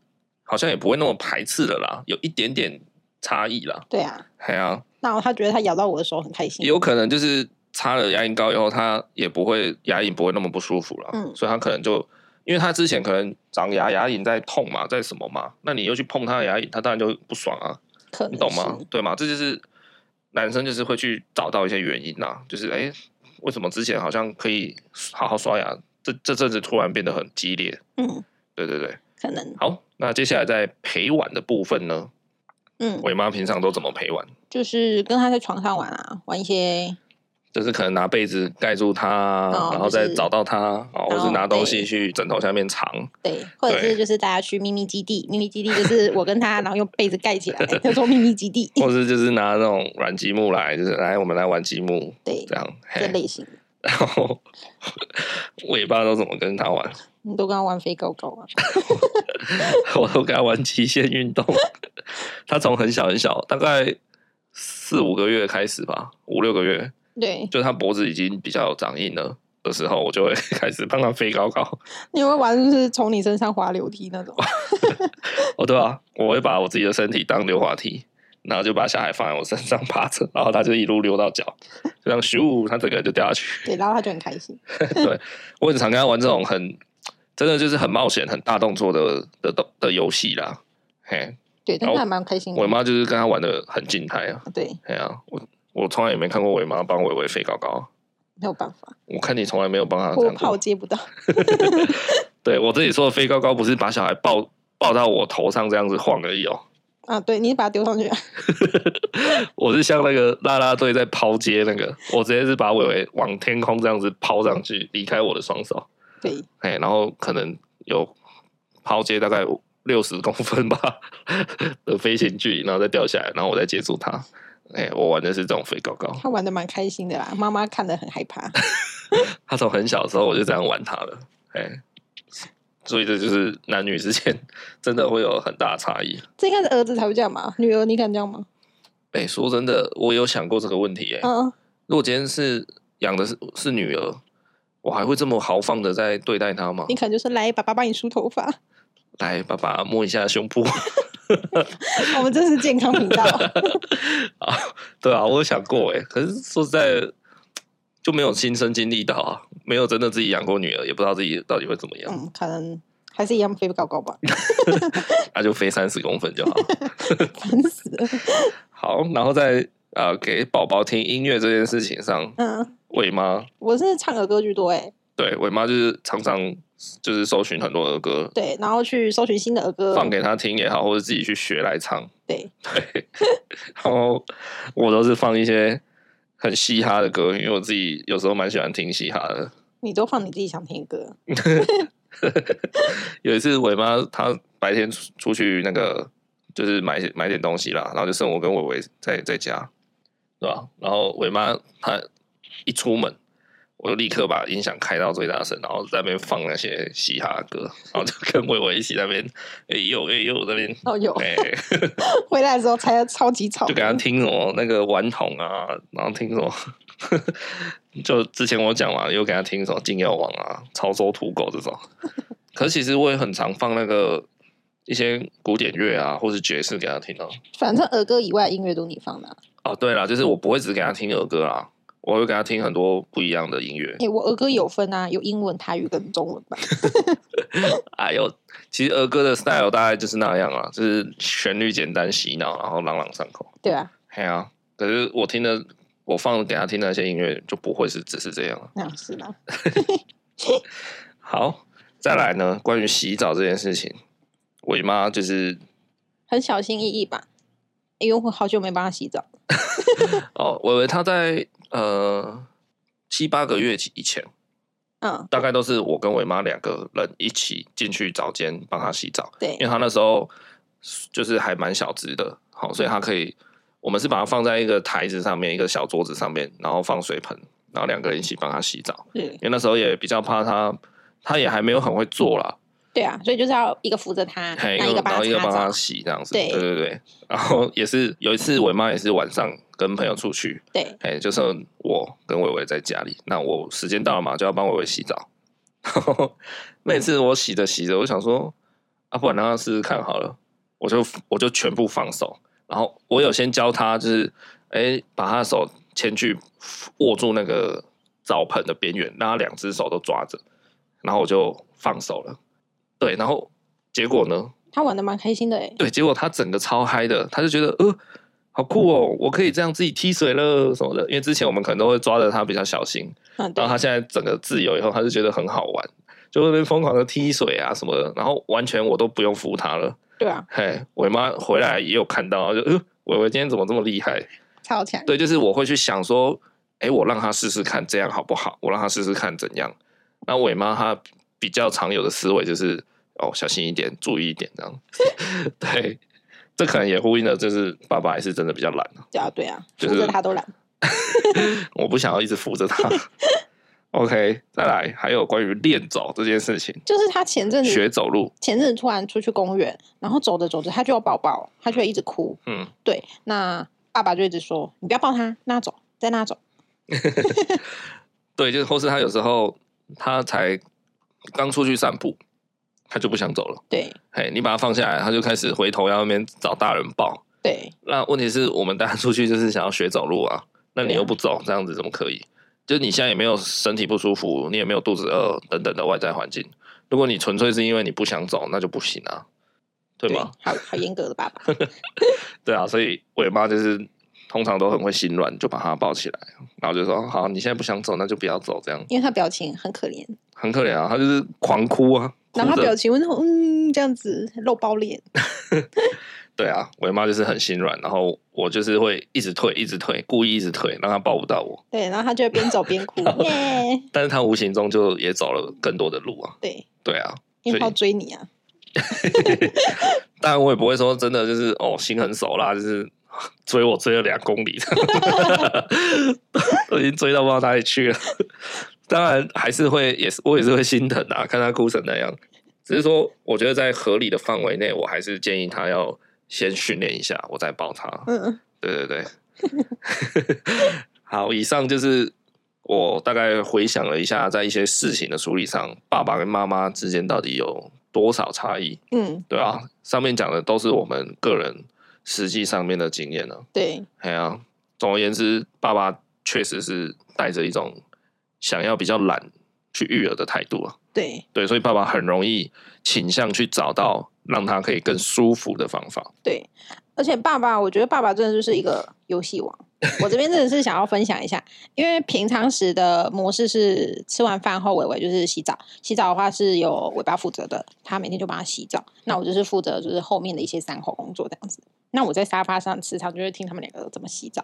Speaker 1: 好像也不会那么排斥了啦，有一点点差异啦。
Speaker 2: 对啊。
Speaker 1: 哎呀、
Speaker 2: 然后他觉得他咬到我的手很开心
Speaker 1: 也。有可能就是擦了牙龈膏以后，他也不会牙龈不会那么不舒服了，
Speaker 2: 嗯
Speaker 1: 所以他可能就因为他之前可能长牙牙龈在痛嘛，在什么嘛，那你又去碰他的牙龈，他当然就不爽啊，
Speaker 2: 可能
Speaker 1: 你懂吗
Speaker 2: 是？？
Speaker 1: 对吗？这就是男生就是会去找到一些原因呐、就是哎、诶为什么之前好像可以好好刷牙，这这阵子突然变得很激烈？
Speaker 2: 嗯，
Speaker 1: 对对对，
Speaker 2: 可能，
Speaker 1: 好，那接下来在陪玩的部分呢，
Speaker 2: 嗯，
Speaker 1: 伟妈平常都怎么陪玩？
Speaker 2: 就是跟他在床上玩啊，玩一些
Speaker 1: 就是可能拿被子盖住它，
Speaker 2: 哦
Speaker 1: 然后再
Speaker 2: 就是
Speaker 1: 找到它，哦，或
Speaker 2: 然后
Speaker 1: 是拿东
Speaker 2: 被
Speaker 1: 西去枕头下面藏。
Speaker 2: 对，或者
Speaker 1: 对
Speaker 2: 是就是大家去秘密基地，秘密基地就是我跟他，然后用被子盖起来，叫做秘密基地，
Speaker 1: 或是就是拿那种软积木来，就是来我们来玩积木
Speaker 2: 对，
Speaker 1: 这样，
Speaker 2: 这
Speaker 1: 嘿，
Speaker 2: 类型的，
Speaker 1: 然后 尾巴都怎么跟他玩？
Speaker 2: 你都跟他玩飞高高啊，
Speaker 1: 我都跟他玩极限运动。他从很小很小，大概四五个月开始吧，五六个月，
Speaker 2: 对，
Speaker 1: 就他脖子已经比较长硬了的时候，我就会 开始帮他飞高高。
Speaker 2: 你会玩就是从 你身上滑溜梯那种，
Speaker 1: 哦，对啊，我会把我自己的身体当溜滑梯，然后就把小孩放在我身上趴着，然后他就一路溜到脚，就这样咻，他整个人就掉下去。
Speaker 2: 对，然后他就很开心。
Speaker 1: 对我很常跟他玩这种很真的就是很冒险、很大动作的的的的游戏啦。嘿，
Speaker 2: 对，但
Speaker 1: 然后
Speaker 2: 他还蛮开心的
Speaker 1: 我。妈就是跟他玩的很静态啊。
Speaker 2: 对，
Speaker 1: 哎呀、我我从来也没看过我妈帮伟伟飞高高，
Speaker 2: 没有办法，
Speaker 1: 我看你从来没有帮他这
Speaker 2: 我
Speaker 1: 样
Speaker 2: 怕
Speaker 1: 过
Speaker 2: 我。接不到。
Speaker 1: 对我这里说的飞高高，不是把小孩抱抱到我头上这样子晃而已哦，
Speaker 2: 啊，对，你把它丢上去啊，
Speaker 1: 我是像那个啦啦队在抛接那个，我直接是把伟伟往天空这样子抛上去，离开我的双手。
Speaker 2: 对，
Speaker 1: 哎，然后可能有抛接大概六十公分吧 的飞行距离，然后再掉下来，然后我再接住它。哎，我玩的是这种飞高高，
Speaker 2: 他玩的蛮开心的啦，妈妈看得很害怕。
Speaker 1: 他从很小的时候我就这样玩它了，哎，所以这就是男女之间 真的会有很大的差异。
Speaker 2: 这应该是儿子才会这样吧？女儿你敢这样吗？
Speaker 1: 哎，说真的，我有想过这个问题，哎，
Speaker 2: 嗯，
Speaker 1: 如果今天是养的是是女儿，我还会这么豪放的在对待她吗
Speaker 2: 你？可能就是来，爸爸帮你梳头发。
Speaker 1: 来，爸爸摸一下胸部。
Speaker 2: 我们这是健康频 道，
Speaker 1: 啊，对啊，我有想过哎，可是说实在的，就没有亲身经历到啊，没有真的自己养过女儿，也不知道自己到底会怎么样，
Speaker 2: 嗯，可能还是一样飞不高高吧，
Speaker 1: 那、就飞三十公分就好。
Speaker 2: 烦死了。
Speaker 1: 好，然后在呃给宝宝听音乐这件事情上，
Speaker 2: 嗯，
Speaker 1: 伟妈
Speaker 2: 我是唱儿歌居多哎、
Speaker 1: 对伟妈就是常常就是搜寻很多儿歌，
Speaker 2: 对，然后去搜寻新的儿歌，
Speaker 1: 放给她听也好，或者自己去学来唱。
Speaker 2: 对，
Speaker 1: 然后我都是放一些很嘻哈的歌，因为我自己有时候蛮喜欢听嘻哈的。
Speaker 2: 你都放你自己想听的歌，
Speaker 1: 有一次伟妈她白天出出去那个就是买一些买点东西啦，然后就剩我跟伟伟在在家，对吧？然后伟妈她一出门，我就立刻把音响开到最大声，然后在那边放那些嘻哈歌，然后就跟伟伟一起在那边哎呦哎呦在那边。
Speaker 2: 哦有，
Speaker 1: 哎，
Speaker 2: 回来的时候才超级吵，
Speaker 1: 就给他听什么那个顽童啊，然后听什么， 就之前我讲嘛，有给他听什么金药王啊、潮州土狗这种。可是其实我也很常放那个一些古典乐啊，或是爵士给他听啊。
Speaker 2: 反正儿歌以外的音乐都你放的、啊，
Speaker 1: 哦，对啦，就是我不会只给他听儿歌啦，我会给他听很多不一样的音乐
Speaker 2: 哎、。我儿歌有分啊，有英文、台语跟中文吧，
Speaker 1: 哎呦，其实儿歌的 style 大概就是那样啊，就是旋律简单洗脑，然后朗朗上口。
Speaker 2: 对啊，
Speaker 1: 嘿啊，可是我听的，我放给他听的那些音乐就不会是只是这样啊。
Speaker 2: 那样是啦，
Speaker 1: 好，再来呢，关于洗澡这件事情，伟妈就是
Speaker 2: 很小心翼翼吧，哎因为我好久没帮他洗澡，
Speaker 1: 哦，伟伟她在呃七八个月以前，
Speaker 2: 嗯，
Speaker 1: 大概都是我跟伟妈两个人一起进去澡间帮她洗澡，
Speaker 2: 对
Speaker 1: 因为，她那时候就是还蛮小只的，好、所以她可以，我们是把它放在一个台子上面，一个小桌子上面，然后放水盆，然后两个人一起帮她洗澡，
Speaker 2: 对
Speaker 1: 因为那时候也比较怕她，她也还没有很会做啦，
Speaker 2: 对啊，所以就是要一个扶着他，
Speaker 1: 嘿，
Speaker 2: 那一个
Speaker 1: 然
Speaker 2: 帮
Speaker 1: 后一个
Speaker 2: 他
Speaker 1: 帮
Speaker 2: 擦
Speaker 1: 他
Speaker 2: 澡，
Speaker 1: 洗这样子，
Speaker 2: 对
Speaker 1: 对对对。然后也是有一次，我妈也是晚上跟朋友出去，
Speaker 2: 对，
Speaker 1: 哎，就剩我跟伟伟在家里。那我时间到了嘛，就要帮伟伟洗澡。 然后每次我洗着洗着，我想说，啊，不然让他试试看好了，我就我就全部放手。然后我有先教他，就是哎，把他的手先去握住那个澡盆的边缘，让他两只手都抓着，然后我就放手了。对，然后结果呢？
Speaker 2: 他玩的蛮开心的哎、欸，
Speaker 1: 对，结果他整个超嗨的，他就觉得呃，好酷哦，我可以这样自己踢水了什么的。因为之前我们可能都会抓着他比较小心，
Speaker 2: 嗯，对
Speaker 1: 然后，他现在整个自由以后，他就觉得很好玩，就在那边疯狂的踢水啊什么的，然后完全我都不用扶他了。
Speaker 2: 对啊，
Speaker 1: 嘿，我妈回来也有看到，就呃，伟伟今天怎么这么厉害？
Speaker 2: 超强，
Speaker 1: 对，就是我会去想说，哎，我让他试试看，这样好不好？我让他试试看怎样？那伟妈她比较常有的思维就是，哦，小心一点，注意一点，这样。 对，这可能也呼应了，就是爸爸还是真的比较懒，
Speaker 2: 对啊，对啊，
Speaker 1: 就
Speaker 2: 扶
Speaker 1: 是
Speaker 2: 着他都懒，
Speaker 1: 我不想要一直扶着他。OK，再来，还有关于练走这件事情，
Speaker 2: 就是他前阵子
Speaker 1: 学走路，
Speaker 2: 前阵子突然出去公园，然后走着走着他就要抱抱，他就一直哭，
Speaker 1: 嗯，
Speaker 2: 对，那爸爸就一直说你不要抱他，那走，在那走，
Speaker 1: 对，就是或是他有时候他才刚出去散步，他就不想走了。
Speaker 2: 对
Speaker 1: 嘿，你把他放下来，他就开始回头要那边找大人抱。
Speaker 2: 对，
Speaker 1: 那问题是我们大家出去就是想要学走路啊，那你又不走，这样子怎么可以？就是你现在也没有身体不舒服，你也没有肚子饿等等的外在环境。如果你纯粹是因为你不想走，那就不行啊，对吗？
Speaker 2: 好好严格的 爸爸，
Speaker 1: 对啊，所以伟妈就是通常都很会心软，就把她抱起来，然后就说：“好，你现在不想走，那就不要走。”这样
Speaker 2: 因为他表情很可怜，
Speaker 1: 很可怜啊，她就是狂哭啊，
Speaker 2: 然后
Speaker 1: 哭
Speaker 2: 他表
Speaker 1: 着。
Speaker 2: 情问候，嗯，这样子露包脸，
Speaker 1: 对啊，伟妈就是很心软，然后我就是会一直退，一直退，故意一直退，让她抱不到我，
Speaker 2: 对，然后他就会边走边 哭，耶，
Speaker 1: 但是她无形中就也走了更多的路啊。
Speaker 2: 对，
Speaker 1: 对啊，
Speaker 2: 因
Speaker 1: 所以
Speaker 2: 为他要追你啊，
Speaker 1: 当然我也不会说真的就是哦心狠手辣，就是追我追了两公里， 都已经追到不知道哪里去了。当然还是会，也是我也是会心疼啊，看他哭成那样。只是说，我觉得在合理的范围内，我还是建议他要先训练一下，我再抱他。
Speaker 2: 嗯，
Speaker 1: 对对对， 好，以上就是我大概回想了一下，在一些事情的处理上，爸爸跟妈妈之间到底有多少差异？
Speaker 2: 嗯，
Speaker 1: 对啊，上面讲的都是我们个人实际上面的经验呢、
Speaker 2: 对，
Speaker 1: 啊。哎呀、总而言之，爸爸确实是带着一种想要比较懒去育儿的态度啊。
Speaker 2: 对，
Speaker 1: 对，所以爸爸很容易倾向去找到让他可以更舒服的方法。
Speaker 2: 对，而且爸爸，我觉得爸爸真的就是一个游戏王。我这边真的是想要分享一下，因为平常时的模式是吃完饭后，伟伟就是洗澡，洗澡的话是由尾巴负责的，他每天就帮他洗澡。那我就是负责就是后面的一些善后工作这样子。那我在沙发上时常就会听他们两个怎么洗澡，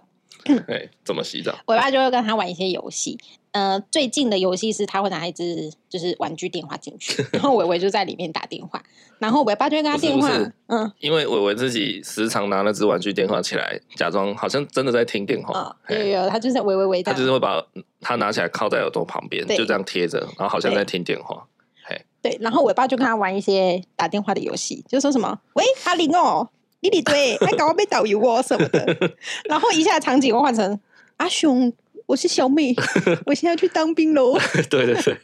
Speaker 1: 哎，怎么洗澡？
Speaker 2: 尾巴就会跟他玩一些游戏。呃，最近的游戏是他会拿一只就是玩具电话进去，然后伟伟就在里面打电话，然后尾巴就会跟他
Speaker 1: 不是
Speaker 2: 电
Speaker 1: 不
Speaker 2: 话，
Speaker 1: 是
Speaker 2: 嗯，
Speaker 1: 因为伟伟自己时常拿那只玩具电话起来，假装好像真的在听电
Speaker 2: 啊
Speaker 1: 话。、
Speaker 2: 有
Speaker 1: 嘿
Speaker 2: 有有，他就是喂喂喂这
Speaker 1: 哦他
Speaker 2: 样
Speaker 1: 就是会把他拿起来靠在耳朵旁边，
Speaker 2: 对
Speaker 1: 就这样贴着，然后好像
Speaker 2: 对
Speaker 1: 在听电话。
Speaker 2: 对，然后我爸就跟他玩一些打电话的游戏，就说什么“喂，阿玲哦，你里对，还搞我被导游哦什么 的”，然后一下场景会换成“阿雄，我是小美，我现在去当兵 喽
Speaker 1: 对对对，”，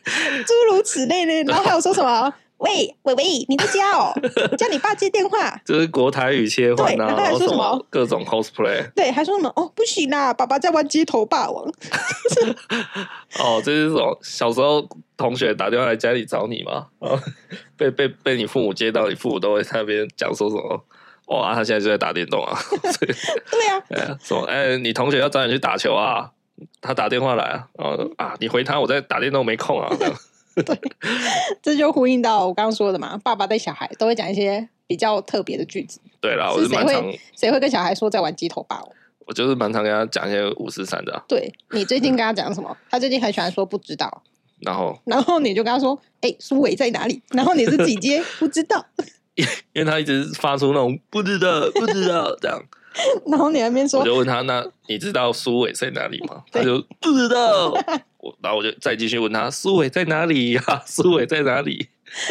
Speaker 2: 诸如此类的。然后还有说什么“喂，伟伟，你在家哦，叫你爸接电话
Speaker 1: 就是国台语切换
Speaker 2: 对
Speaker 1: 啊，
Speaker 2: 然后还
Speaker 1: 然后
Speaker 2: 说
Speaker 1: 什
Speaker 2: 什么
Speaker 1: 么各种 cosplay，”，
Speaker 2: 对，还说什么“哦，不行啦，爸爸在玩街头霸王
Speaker 1: 哦，这是什么？小时候同学打电话来家里找你嘛，然后被被被你父母接到，你父母都会在那边讲说什么？哦啊，他现在就在打电动啊， 所以”，
Speaker 2: 对啊，
Speaker 1: 哎呀什么？哎，你同学要找你去打球啊，他打电话来啊，然后啊，你回他，我在打电动没空啊，这样
Speaker 2: 这就呼应到我刚刚说的嘛，爸爸对小孩都会讲一些比较特别的句子，
Speaker 1: 对啊啦，我
Speaker 2: 是
Speaker 1: 是
Speaker 2: 谁
Speaker 1: 蛮常，
Speaker 2: 会谁会跟小孩说在玩街头霸王？
Speaker 1: 我就是蛮常跟他讲一些五四三的啊，
Speaker 2: 对你最近跟他讲什么？他最近很喜欢说不知道，
Speaker 1: 然后
Speaker 2: 然后你就跟他说：“哎、苏伟在哪里？”然后你是几阶？不知道。
Speaker 1: 因为他一直发出那种不知道不知道这样，
Speaker 2: 然后你那边
Speaker 1: 我
Speaker 2: 说
Speaker 1: 就问他，那你知道苏伟在哪里吗？他
Speaker 2: 对
Speaker 1: 就不知道。我然后我就再继续问他，苏伟在哪里呀、 苏伟在哪 里？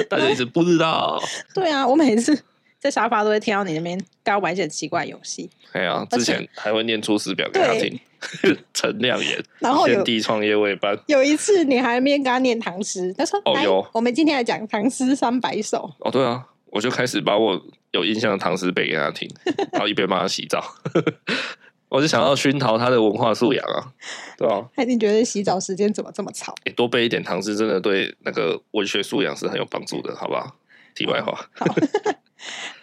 Speaker 1: 他就一直不知道。：“
Speaker 2: 对啊，我每次在沙发都会听到你那边跟他玩一些奇怪游戏。
Speaker 1: 哎呀，
Speaker 2: 而且
Speaker 1: 之前还会念出师表给他听， 陈亮言，
Speaker 2: 然后有
Speaker 1: 天地创业未班。
Speaker 2: 有一次你还在那边跟他念唐诗，他说：‘
Speaker 1: 哦
Speaker 2: 来
Speaker 1: 有，
Speaker 2: 我们今天来讲唐诗三百首。
Speaker 1: 哦，对啊，我就开始把我有印象的唐诗背给他听，然后一边帮他洗澡。 我就想要熏陶他的文化素养啊，对啊，’
Speaker 2: 他一定觉得洗澡时间怎么这么吵？
Speaker 1: 诶多背一点唐诗，真的对那个文学素养是很有帮助的，好不好？题外话，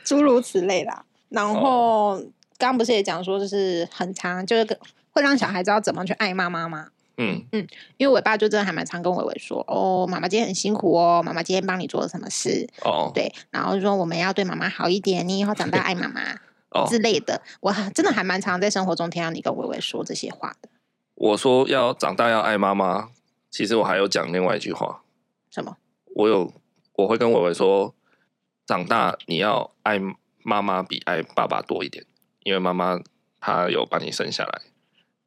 Speaker 2: 诸如此类啦。然后
Speaker 1: 哦
Speaker 2: 刚刚不是也讲说，就是很常就是跟会让小孩知道怎么去爱妈妈吗？
Speaker 1: 嗯，
Speaker 2: 因为我爸就真的还蛮常跟伟伟说，哦，妈妈今天很辛苦哦，妈妈今天帮你做了什么事，
Speaker 1: 哦，
Speaker 2: 对，然后就说我们要对妈妈好一点，你以后长大爱妈妈
Speaker 1: 哦，
Speaker 2: 之类的。我真的还蛮常在生活中听到你跟伟伟说这些话的。
Speaker 1: 我说要长大要爱妈妈，其实我还有讲另外一句话，
Speaker 2: 什么？
Speaker 1: 我有我会跟伟伟说，长大你要爱妈妈比爱爸爸多一点，因为妈妈她有把你生下来，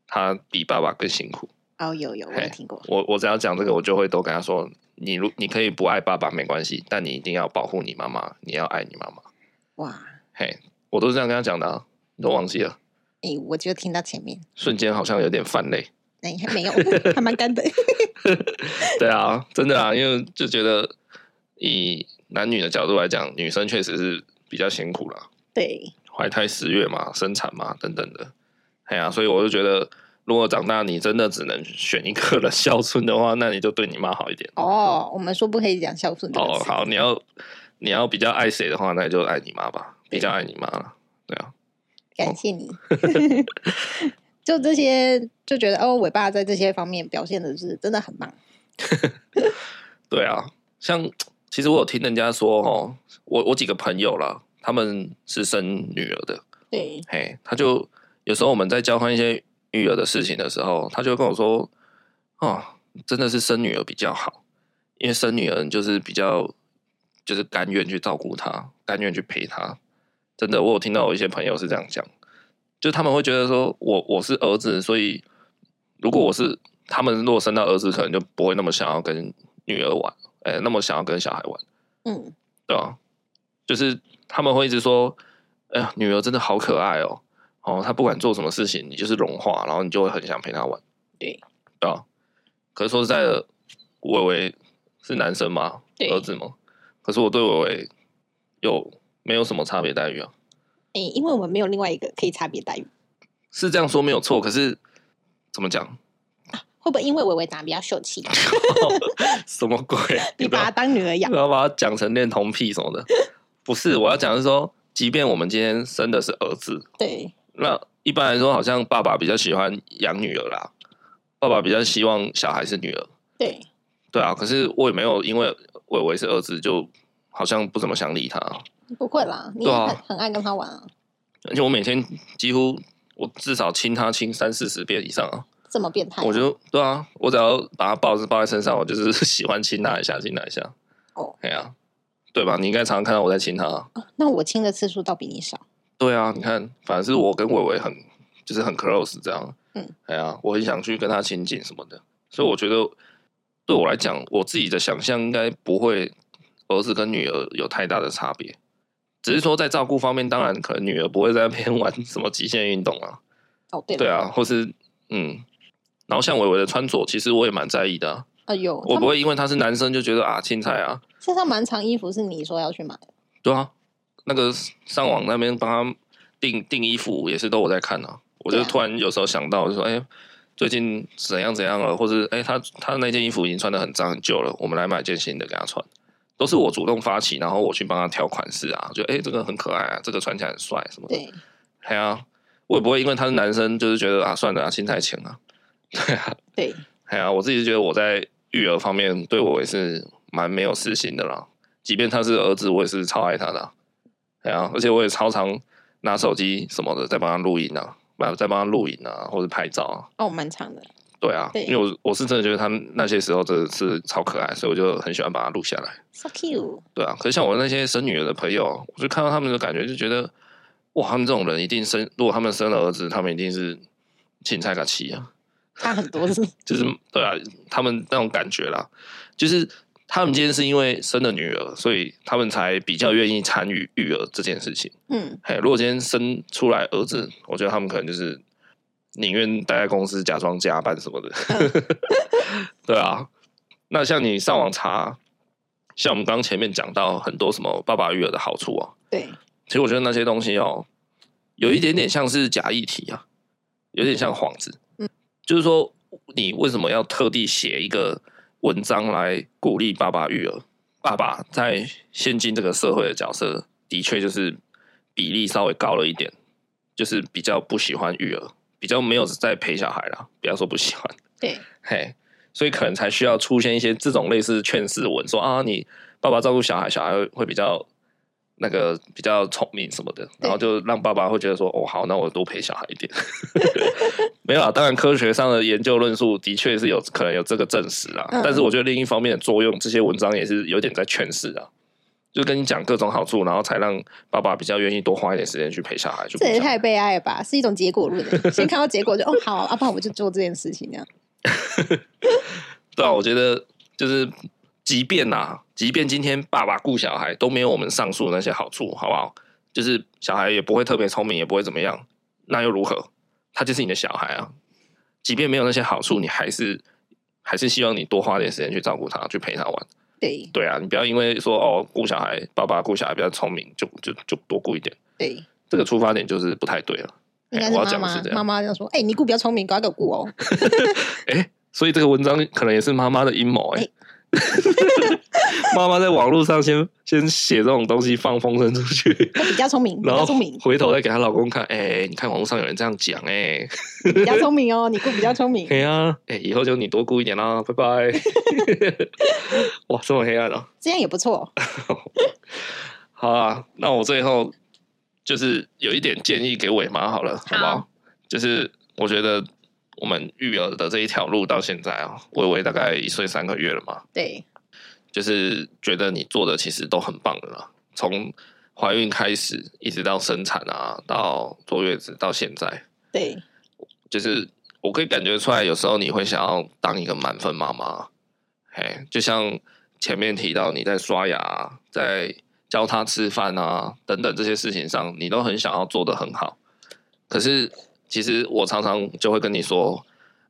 Speaker 1: 她比爸爸更辛苦。
Speaker 2: 哦，有有，我也
Speaker 1: 嘿
Speaker 2: 听过。
Speaker 1: 我我只要讲这个，我就会都跟他说，你如你可以不爱爸爸没关系，但你一定要保护你妈妈，你要爱你妈妈。
Speaker 2: 哇，
Speaker 1: 嘿，我都是这样跟他讲的、啊，你都忘记了，
Speaker 2: 哎、我就听到前面，
Speaker 1: 瞬间好像有点泛泪。
Speaker 2: 那、你 还没有，还蛮干的。
Speaker 1: 对啊，真的啊，因为就觉得以男女的角度来讲，女生确实是比较辛苦了。
Speaker 2: 对，
Speaker 1: 怀胎十月嘛、生产嘛等等的。哎呀、所以我就觉得，如果长大你真的只能选一个人孝顺的话，那你就对你妈好一点。
Speaker 2: 哦，我们说不可以讲孝顺这个
Speaker 1: 哦，
Speaker 2: 词。
Speaker 1: 好，你要你要比较爱谁的话，那你就爱你妈吧，比较爱你妈啦。对啊，
Speaker 2: 感 谢你。就这些，就觉得哦，伟爸在这些方面表现的是真的很棒。
Speaker 1: 对啊，像其实我有听人家说哦，我我几个朋友啦，他们是生女儿的，
Speaker 2: 对，
Speaker 1: 嘿，他就有时候我们在交换一些育儿的事情的时候，他就会跟我说，哦，真的是生女儿比较好，因为生女儿你就是比较就是甘愿去照顾她，甘愿去陪她。真的，我有听到有一些朋友是这样讲，就他们会觉得说我我是儿子，所以如果我是他们如果生到儿子，可能就不会那么想要跟女儿玩，哎、那么想要跟小孩玩。
Speaker 2: 嗯，
Speaker 1: 对啊，就是他们会一直说，哎呀，女儿真的好可爱哦，哦，她不管做什么事情，你就是融化，然后你就会很想陪她玩，
Speaker 2: 对，
Speaker 1: 对啊。可是说实在的，伟伟是男生吗？
Speaker 2: 对
Speaker 1: 儿子吗？可是我对伟伟有没有什么差别待遇啊？
Speaker 2: 诶、因为我们没有另外一个可以差别待遇，
Speaker 1: 是这样说没有错，可是怎么讲？
Speaker 2: 会不会因为伟伟长得比较秀气，
Speaker 1: 什么鬼？
Speaker 2: 你
Speaker 1: 不要
Speaker 2: 把他当女儿养？
Speaker 1: 不要把它讲成恋童癖什么的。不是，我要讲的是说，即便我们今天生的是儿子，
Speaker 2: 对，
Speaker 1: 那一般来说，好像爸爸比较喜欢养女儿啦，爸爸比较希望小孩是女儿，
Speaker 2: 对，
Speaker 1: 对啊。可是我也没有因为伟伟是儿子，就好像不怎么想理他，
Speaker 2: 不会啦，你
Speaker 1: 对啊
Speaker 2: 很很爱跟他玩啊，
Speaker 1: 而且我每天几乎我至少亲他亲三四十遍以上啊，
Speaker 2: 这么变态啊、
Speaker 1: 我就对啊，我只要把他抱着抱在身上，我就是 喜欢亲他一下，亲他一下，
Speaker 2: 哦，
Speaker 1: 哎呀、对吧？你应该常常看到我在亲他啊、
Speaker 2: 那我亲的次数倒比你少。
Speaker 1: 对啊，你看，反正是我跟伟伟很就是很 close 这样。
Speaker 2: 嗯，
Speaker 1: 哎呀，我很想去跟他亲近什么的，所以我觉得对我来讲，我自己的想象应该不会儿子跟女儿有太大的差别，只是说在照顾方面，当然可能女儿不会在那边 玩什么极限运动啊，
Speaker 2: 哦，对了，
Speaker 1: 对啊，或是嗯，然后像伟伟的穿着，其实我也蛮在意的、啊，
Speaker 2: 哎呦，
Speaker 1: 我不
Speaker 2: 他们
Speaker 1: 会因为他是男生就觉得啊青菜啊，
Speaker 2: 身上蛮长衣服是你说要去买的，
Speaker 1: 对啊，那个上网那边帮他订订衣服也是都我在看啊。我就
Speaker 2: 对啊
Speaker 1: 突然有时候想到，就说，哎、最近怎样怎样了，或者哎、他他那件衣服已经穿的很脏很旧了，我们来买件新的给他穿。都是我主动发起，然后我去帮他挑款式啊，就哎、这个很可爱啊，这个穿起来很帅什么的。
Speaker 2: 对，
Speaker 1: 哎呀、啊，我也不会因为他是男生，就是觉得啊，算了啊，心太浅啊。
Speaker 2: 对，
Speaker 1: 哎呀、我自己觉得我在育儿方面对我也是蛮没有私心的啦。即便他是儿子，我也是超爱他的啊、哎呀、而且我也超常拿手机什么的在帮他录音啊，不在帮他录影啊，或者拍照啊。
Speaker 2: 哦，蛮长的，
Speaker 1: 对啊，
Speaker 2: 对
Speaker 1: 因为我我是真的觉得他那些时候真的是超可爱，所以我就很喜欢把它录下来。
Speaker 2: so cute，
Speaker 1: 对啊，可是像我那些生女儿的朋友，我就看到他们的感觉，就觉得哇，他们这种人一定生，如果他们生了儿子，他们一定是青菜嘎气啊。
Speaker 2: 差很多是不是，
Speaker 1: 就是对啊，他们那种感觉啦，就是他们今天是因为生了女儿，所以他们才比较愿意参与育儿这件事情。
Speaker 2: 嗯，
Speaker 1: 嘿，如果今天生出来儿子，我觉得他们可能就是宁愿待在公司假装加班什么的。 对啊，那像你上网查，像我们刚前面讲到很多什么爸爸育儿的好处啊，
Speaker 2: 对，
Speaker 1: 其实我觉得那些东西哦，有一点点像是假议题啊，有点像幌子。
Speaker 2: 嗯，
Speaker 1: 就是说你为什么要特地写一个文章来鼓励爸爸育儿？爸爸在现今这个社会的角色，的确就是比例稍微高了一点，就是比较不喜欢育儿，比较没有在陪小孩啦。不要说不喜欢，
Speaker 2: 对，
Speaker 1: 嘿，所以可能才需要出现一些这种类似劝世文，说啊，你爸爸照顾小孩，小孩会会比较那个比较聪明什么的，然后就让爸爸会觉得说，哦，好，那我多陪小孩一点。 没有啊，当然科学上的研究论述的确是有可能有这个证实啦，
Speaker 2: 嗯
Speaker 1: 但是我觉得另一方面的作用，这些文章也是有点在劝世啊。就跟你讲各种好处，然后才让爸爸比较愿意多花一点时间去陪小孩。去顾
Speaker 2: 这也
Speaker 1: 小孩
Speaker 2: 太悲哀了吧，是一种结果论欸，先看到结果就哦好，啊，不然我就做这件事情这样，
Speaker 1: 对啊，我觉得就是，即便呐、即便今天爸爸顾小孩都没有我们上述的那些好处，好不好？就是小孩也不会特别聪明，也不会怎么样，那又如何？他就是你的小孩啊。即便没有那些好处，你还是还是希望你多花点时间去照顾他，去陪他玩。
Speaker 2: 对
Speaker 1: 对啊，你不要因为说哦顾小孩，爸爸顾小孩比较聪明，就就就多顾一点。
Speaker 2: 对，
Speaker 1: 这个出发点就是不太对了。
Speaker 2: 应
Speaker 1: 哎
Speaker 2: 该
Speaker 1: 我要
Speaker 2: 妈
Speaker 1: 讲的
Speaker 2: 妈
Speaker 1: 是这，
Speaker 2: 妈
Speaker 1: 样。
Speaker 2: 妈这样说：“哎、尼姑比较聪明，搞搞姑哦。
Speaker 1: 哎，所以这个文章可能也是妈妈的阴谋哎
Speaker 2: 哎。
Speaker 1: 妈妈在网络上先 先写这种东西放风声出去，
Speaker 2: 她比较聪明，比
Speaker 1: 然
Speaker 2: 较
Speaker 1: 后
Speaker 2: 聪明，
Speaker 1: 回头再给她老公看，哎，你看网络上有人这样讲哎，
Speaker 2: 比较聪明哦，尼姑比较聪明。
Speaker 1: 对啊，哎，以后就你多顾一点啦，拜拜。 哇，这么黑暗哦。
Speaker 2: 这样也不错。
Speaker 1: 好啊，那我最后就是有一点建议给伟妈好了，好不好？就是我觉得我们育儿的这一条路到现在啊、伟伟大概一岁三个月了嘛，
Speaker 2: 对，
Speaker 1: 就是觉得你做的其实都很棒的啦，从怀孕开始一直到生产啊，到坐月子到现在，
Speaker 2: 对，
Speaker 1: 就是我可以感觉出来，有时候你会想要当一个满分妈妈，嘿，就像前面提到你在刷牙啊、在教他吃饭啊等等这些事情上，你都很想要做得很好。可是其实我常常就会跟你说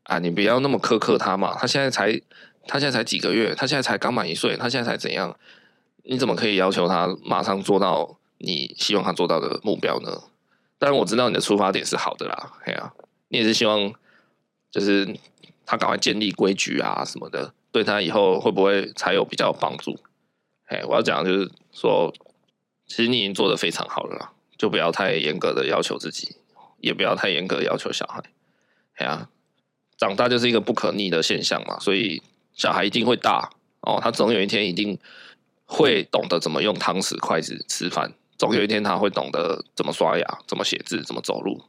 Speaker 1: 啊，你不要那么苛刻他嘛，他现在才他现在才几个月，他现在才刚满一岁，他现在才怎样？你怎么可以要求他马上做到你希望他做到的目标呢？当然我知道你的出发点是好的啦，嘿啊，你也是希望就是他赶快建立规矩啊什么的，对他以后会不会才有比较有帮助？哎，我要讲的就是说，其实你已经做的非常好了啦，就不要太严格的要求自己，也不要太严格的要求小孩。哎呀、长大就是一个不可逆的现象嘛，所以小孩一定会大哦，他总有一天一定会懂得怎么用汤匙、筷子吃饭，总有一天他会懂得怎么刷牙、怎么写字、怎么走路、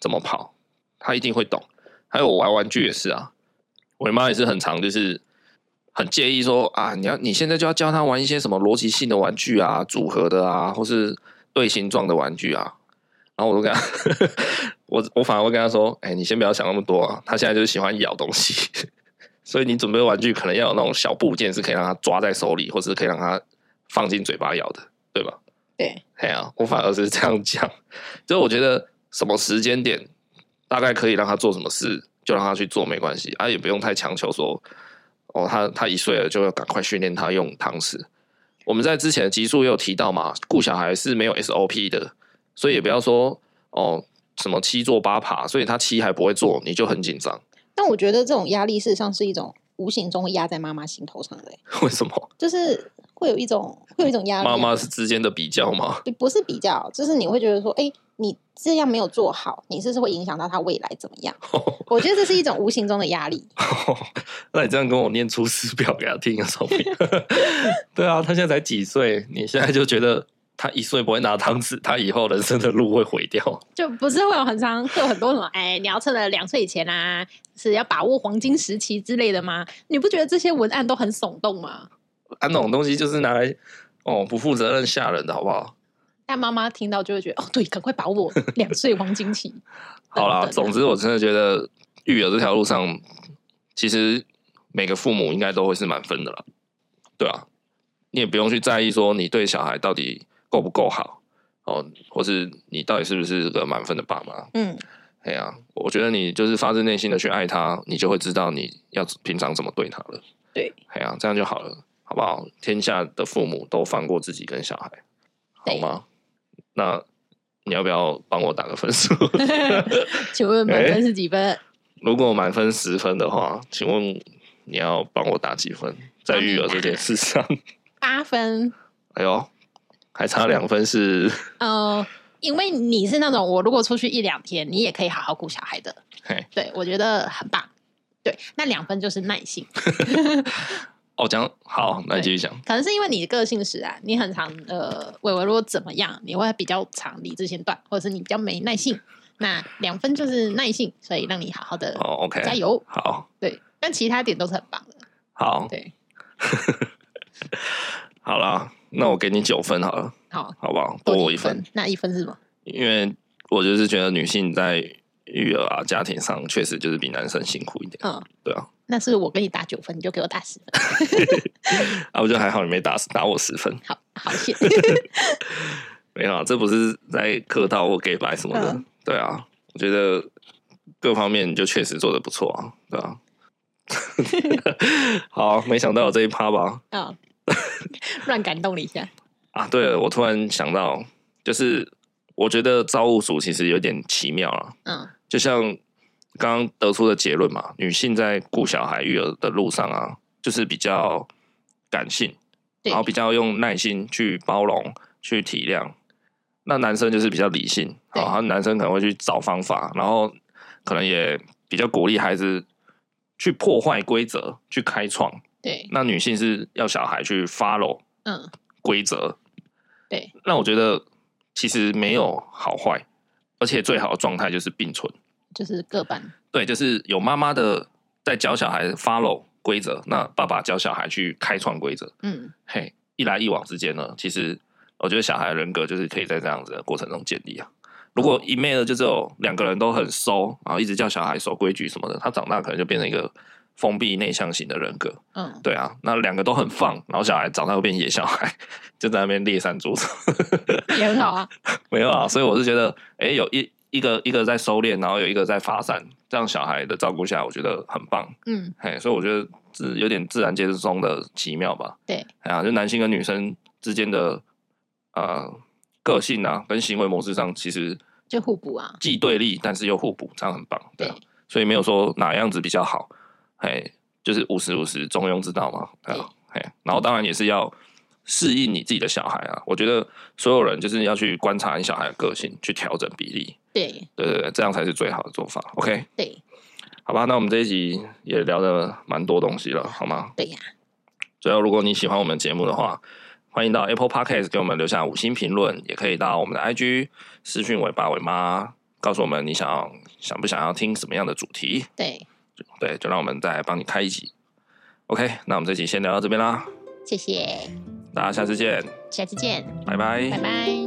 Speaker 1: 怎么跑，他一定会懂。还有我玩玩具也是啊，我妈也是很常就是很介意说啊，你要你现在就要教他玩一些什么逻辑性的玩具啊、组合的啊，或是对形状的玩具啊。然后我都跟他， 我我反而会跟他说，哎、你先不要想那么多啊，他现在就是喜欢咬东西， 所以你准备玩具可能要有那种小部件是可以让他抓在手里，或是可以让他放进嘴巴咬的，对吧？
Speaker 2: 对，
Speaker 1: 哎呀、我反而是这样讲，就是我觉得什么时间点大概可以让他做什么事，就让他去做没关系啊，也不用太强求说，哦，他他一岁了就要赶快训练他用汤匙。我们在之前的集数也有提到嘛，顾小孩是没有 SOP 的，所以也不要说哦什么七坐八爬，所以他七还不会做，你就很紧张。
Speaker 2: 但我觉得这种压力事实上是一种无形中会压在妈妈心头上的、欸
Speaker 1: 为什么？
Speaker 2: 就是会有一种会有一种压力。
Speaker 1: 妈妈是之间的比较吗？
Speaker 2: 不不是比较，就是你会觉得说，哎、你这样没有做好，你是不是会影响到他未来怎么 样？我觉得这是一种无形中的压力。
Speaker 1: 那你这样跟我念出师表给他听有什么 用？对啊，他现在才几岁，你现在就觉得他一岁不会拿汤匙，他以后人生的路会毁掉。
Speaker 2: 就不是会有很长，会有很多什么，哎，你要趁了两岁以前啊，是要把握黄金时期之类的吗？你不觉得这些文案都很耸动吗？
Speaker 1: 啊，那种东西就是拿来哦不负责任吓人的好不好？
Speaker 2: 但妈妈听到就会觉得，哦，对，赶快把 握两岁黄金期。
Speaker 1: 好啦，
Speaker 2: 等等
Speaker 1: 总之我真的觉得育儿这条路上，其实每个父母应该都会是满分的啦。对啊，你也不用去在意说你对小孩到底够不够好哦，或是你到底是不是个满分的爸妈。
Speaker 2: 嗯，
Speaker 1: 哎呀、我觉得你就是发自内心的去爱他，你就会知道你要平常怎么对他了。
Speaker 2: 对，
Speaker 1: 哎呀、这样就好了，好不好？天下的父母都放过自己跟小孩，好
Speaker 2: 对
Speaker 1: 吗？那你要不要帮我打个分数？
Speaker 2: 请问满分是几分？
Speaker 1: 如果满分十分的话，请问你要帮我打几分？在育儿这件事上，
Speaker 2: 八分。
Speaker 1: 哎呦，还差两分是，
Speaker 2: 呃，因为你是那种我如果出去一两天，你也可以好好顾小孩的。
Speaker 1: 嘿，
Speaker 2: 对，我觉得很棒。对，那两分就是耐性，
Speaker 1: 哦，讲好，那你继续讲。
Speaker 2: 可能是因为你的个性使然，你很常呃，伟伟如果怎么样，你会比较常理智线断，或者是你比较没耐性。那两分就是耐性，所以让你好好的
Speaker 1: 哦，OK，
Speaker 2: 加油。
Speaker 1: 好，
Speaker 2: 对，但其他点都是很棒的。
Speaker 1: 好，
Speaker 2: 对，
Speaker 1: 好啦，那我给你九分好了。
Speaker 2: 好，
Speaker 1: 好不好？多
Speaker 2: 多
Speaker 1: 我
Speaker 2: 你一
Speaker 1: 一分，，
Speaker 2: 那一分是什么？
Speaker 1: 因为我就是觉得女性在育儿啊、家庭上确实就是比男生辛苦一点，
Speaker 2: 嗯，
Speaker 1: 对啊。
Speaker 2: 那是我跟你打九分，你就给我打十分。
Speaker 1: 啊，我觉得还好，你没打打我十分，
Speaker 2: 好，好谢。
Speaker 1: 没有啊，这不是在客套或给白什么的，
Speaker 2: 嗯
Speaker 1: 对啊。我觉得各方面就确实做的不错啊，对啊。 好，没想到有这一趴吧？
Speaker 2: 啊，乱感动了一下。
Speaker 1: 啊，对了，我突然想到，就是我我觉得造物主其实有点奇妙了，
Speaker 2: 嗯
Speaker 1: 就像刚刚得出的结论嘛，女性在顾小孩育儿的路上啊，就是比较感性，
Speaker 2: 对
Speaker 1: 然后比较用耐心去包容、去体谅。那男生就是比较理性，
Speaker 2: 对
Speaker 1: 然后男生可能会去找方法，然后可能也比较鼓励孩子去破坏规则、去开创。
Speaker 2: 对，
Speaker 1: 那女性是要小孩去 follow
Speaker 2: 嗯
Speaker 1: 规则。
Speaker 2: 对，
Speaker 1: 那我觉得其实没有好坏，而且最好的状态就是并存。
Speaker 2: 就是各半，
Speaker 1: 对，就是有妈妈的在教小孩 follow 规则，那爸爸教小孩去开创规则。
Speaker 2: 嗯
Speaker 1: 嘿，一来一往之间呢，其实我觉得小孩的人格就是可以在这样子的过程中建立啊。如果一昧的就只有两个人都很收，然后一直叫小孩守规矩什么的，他长大可能就变成一个封闭内向型的人格。
Speaker 2: 嗯，
Speaker 1: 对啊，那两个都很放，然后小孩长大会变野小孩， 就在那边猎山猪。
Speaker 2: 也很好啊，
Speaker 1: 没有啊，所以我是觉得，哎、有一一个一个在收敛，然后有一个在发散，这样小孩的照顾下，我觉得很棒。
Speaker 2: 嗯
Speaker 1: 嘿，所以我觉得是有点自然界之中的奇妙吧。
Speaker 2: 对，
Speaker 1: 哎呀、就男性跟女生之间的呃个性啊，跟行为模式上，其实
Speaker 2: 就互补啊，
Speaker 1: 既对立，但是又互补，这样很棒。对啊，所以没有说哪样子比较好，嘿，就是五十五十中庸之道嘛。对啊，嘿，然后当然也是要适应你自己的小孩啊。我觉得所有人就是要去观察你小孩的个性，去调整比例，
Speaker 2: 对
Speaker 1: 对对对，这样才是最好的做法。OK，
Speaker 2: 对
Speaker 1: 好吧，那我们这一集也聊的蛮多东西了，好吗？
Speaker 2: 对呀、
Speaker 1: 最后，如果你喜欢我们节目的话，欢迎到 Apple Podcast 给我们留下五星评论，也可以到我们的 IG 私讯尾巴尾妈，告诉我们你想要想不想要听什么样的主题。
Speaker 2: 对，
Speaker 1: 对，就让我们再帮你开一集。OK，那我们这集先聊到这边啦，
Speaker 2: 谢谢，
Speaker 1: 大家下次见，
Speaker 2: 下次见，
Speaker 1: 拜拜
Speaker 2: 拜拜。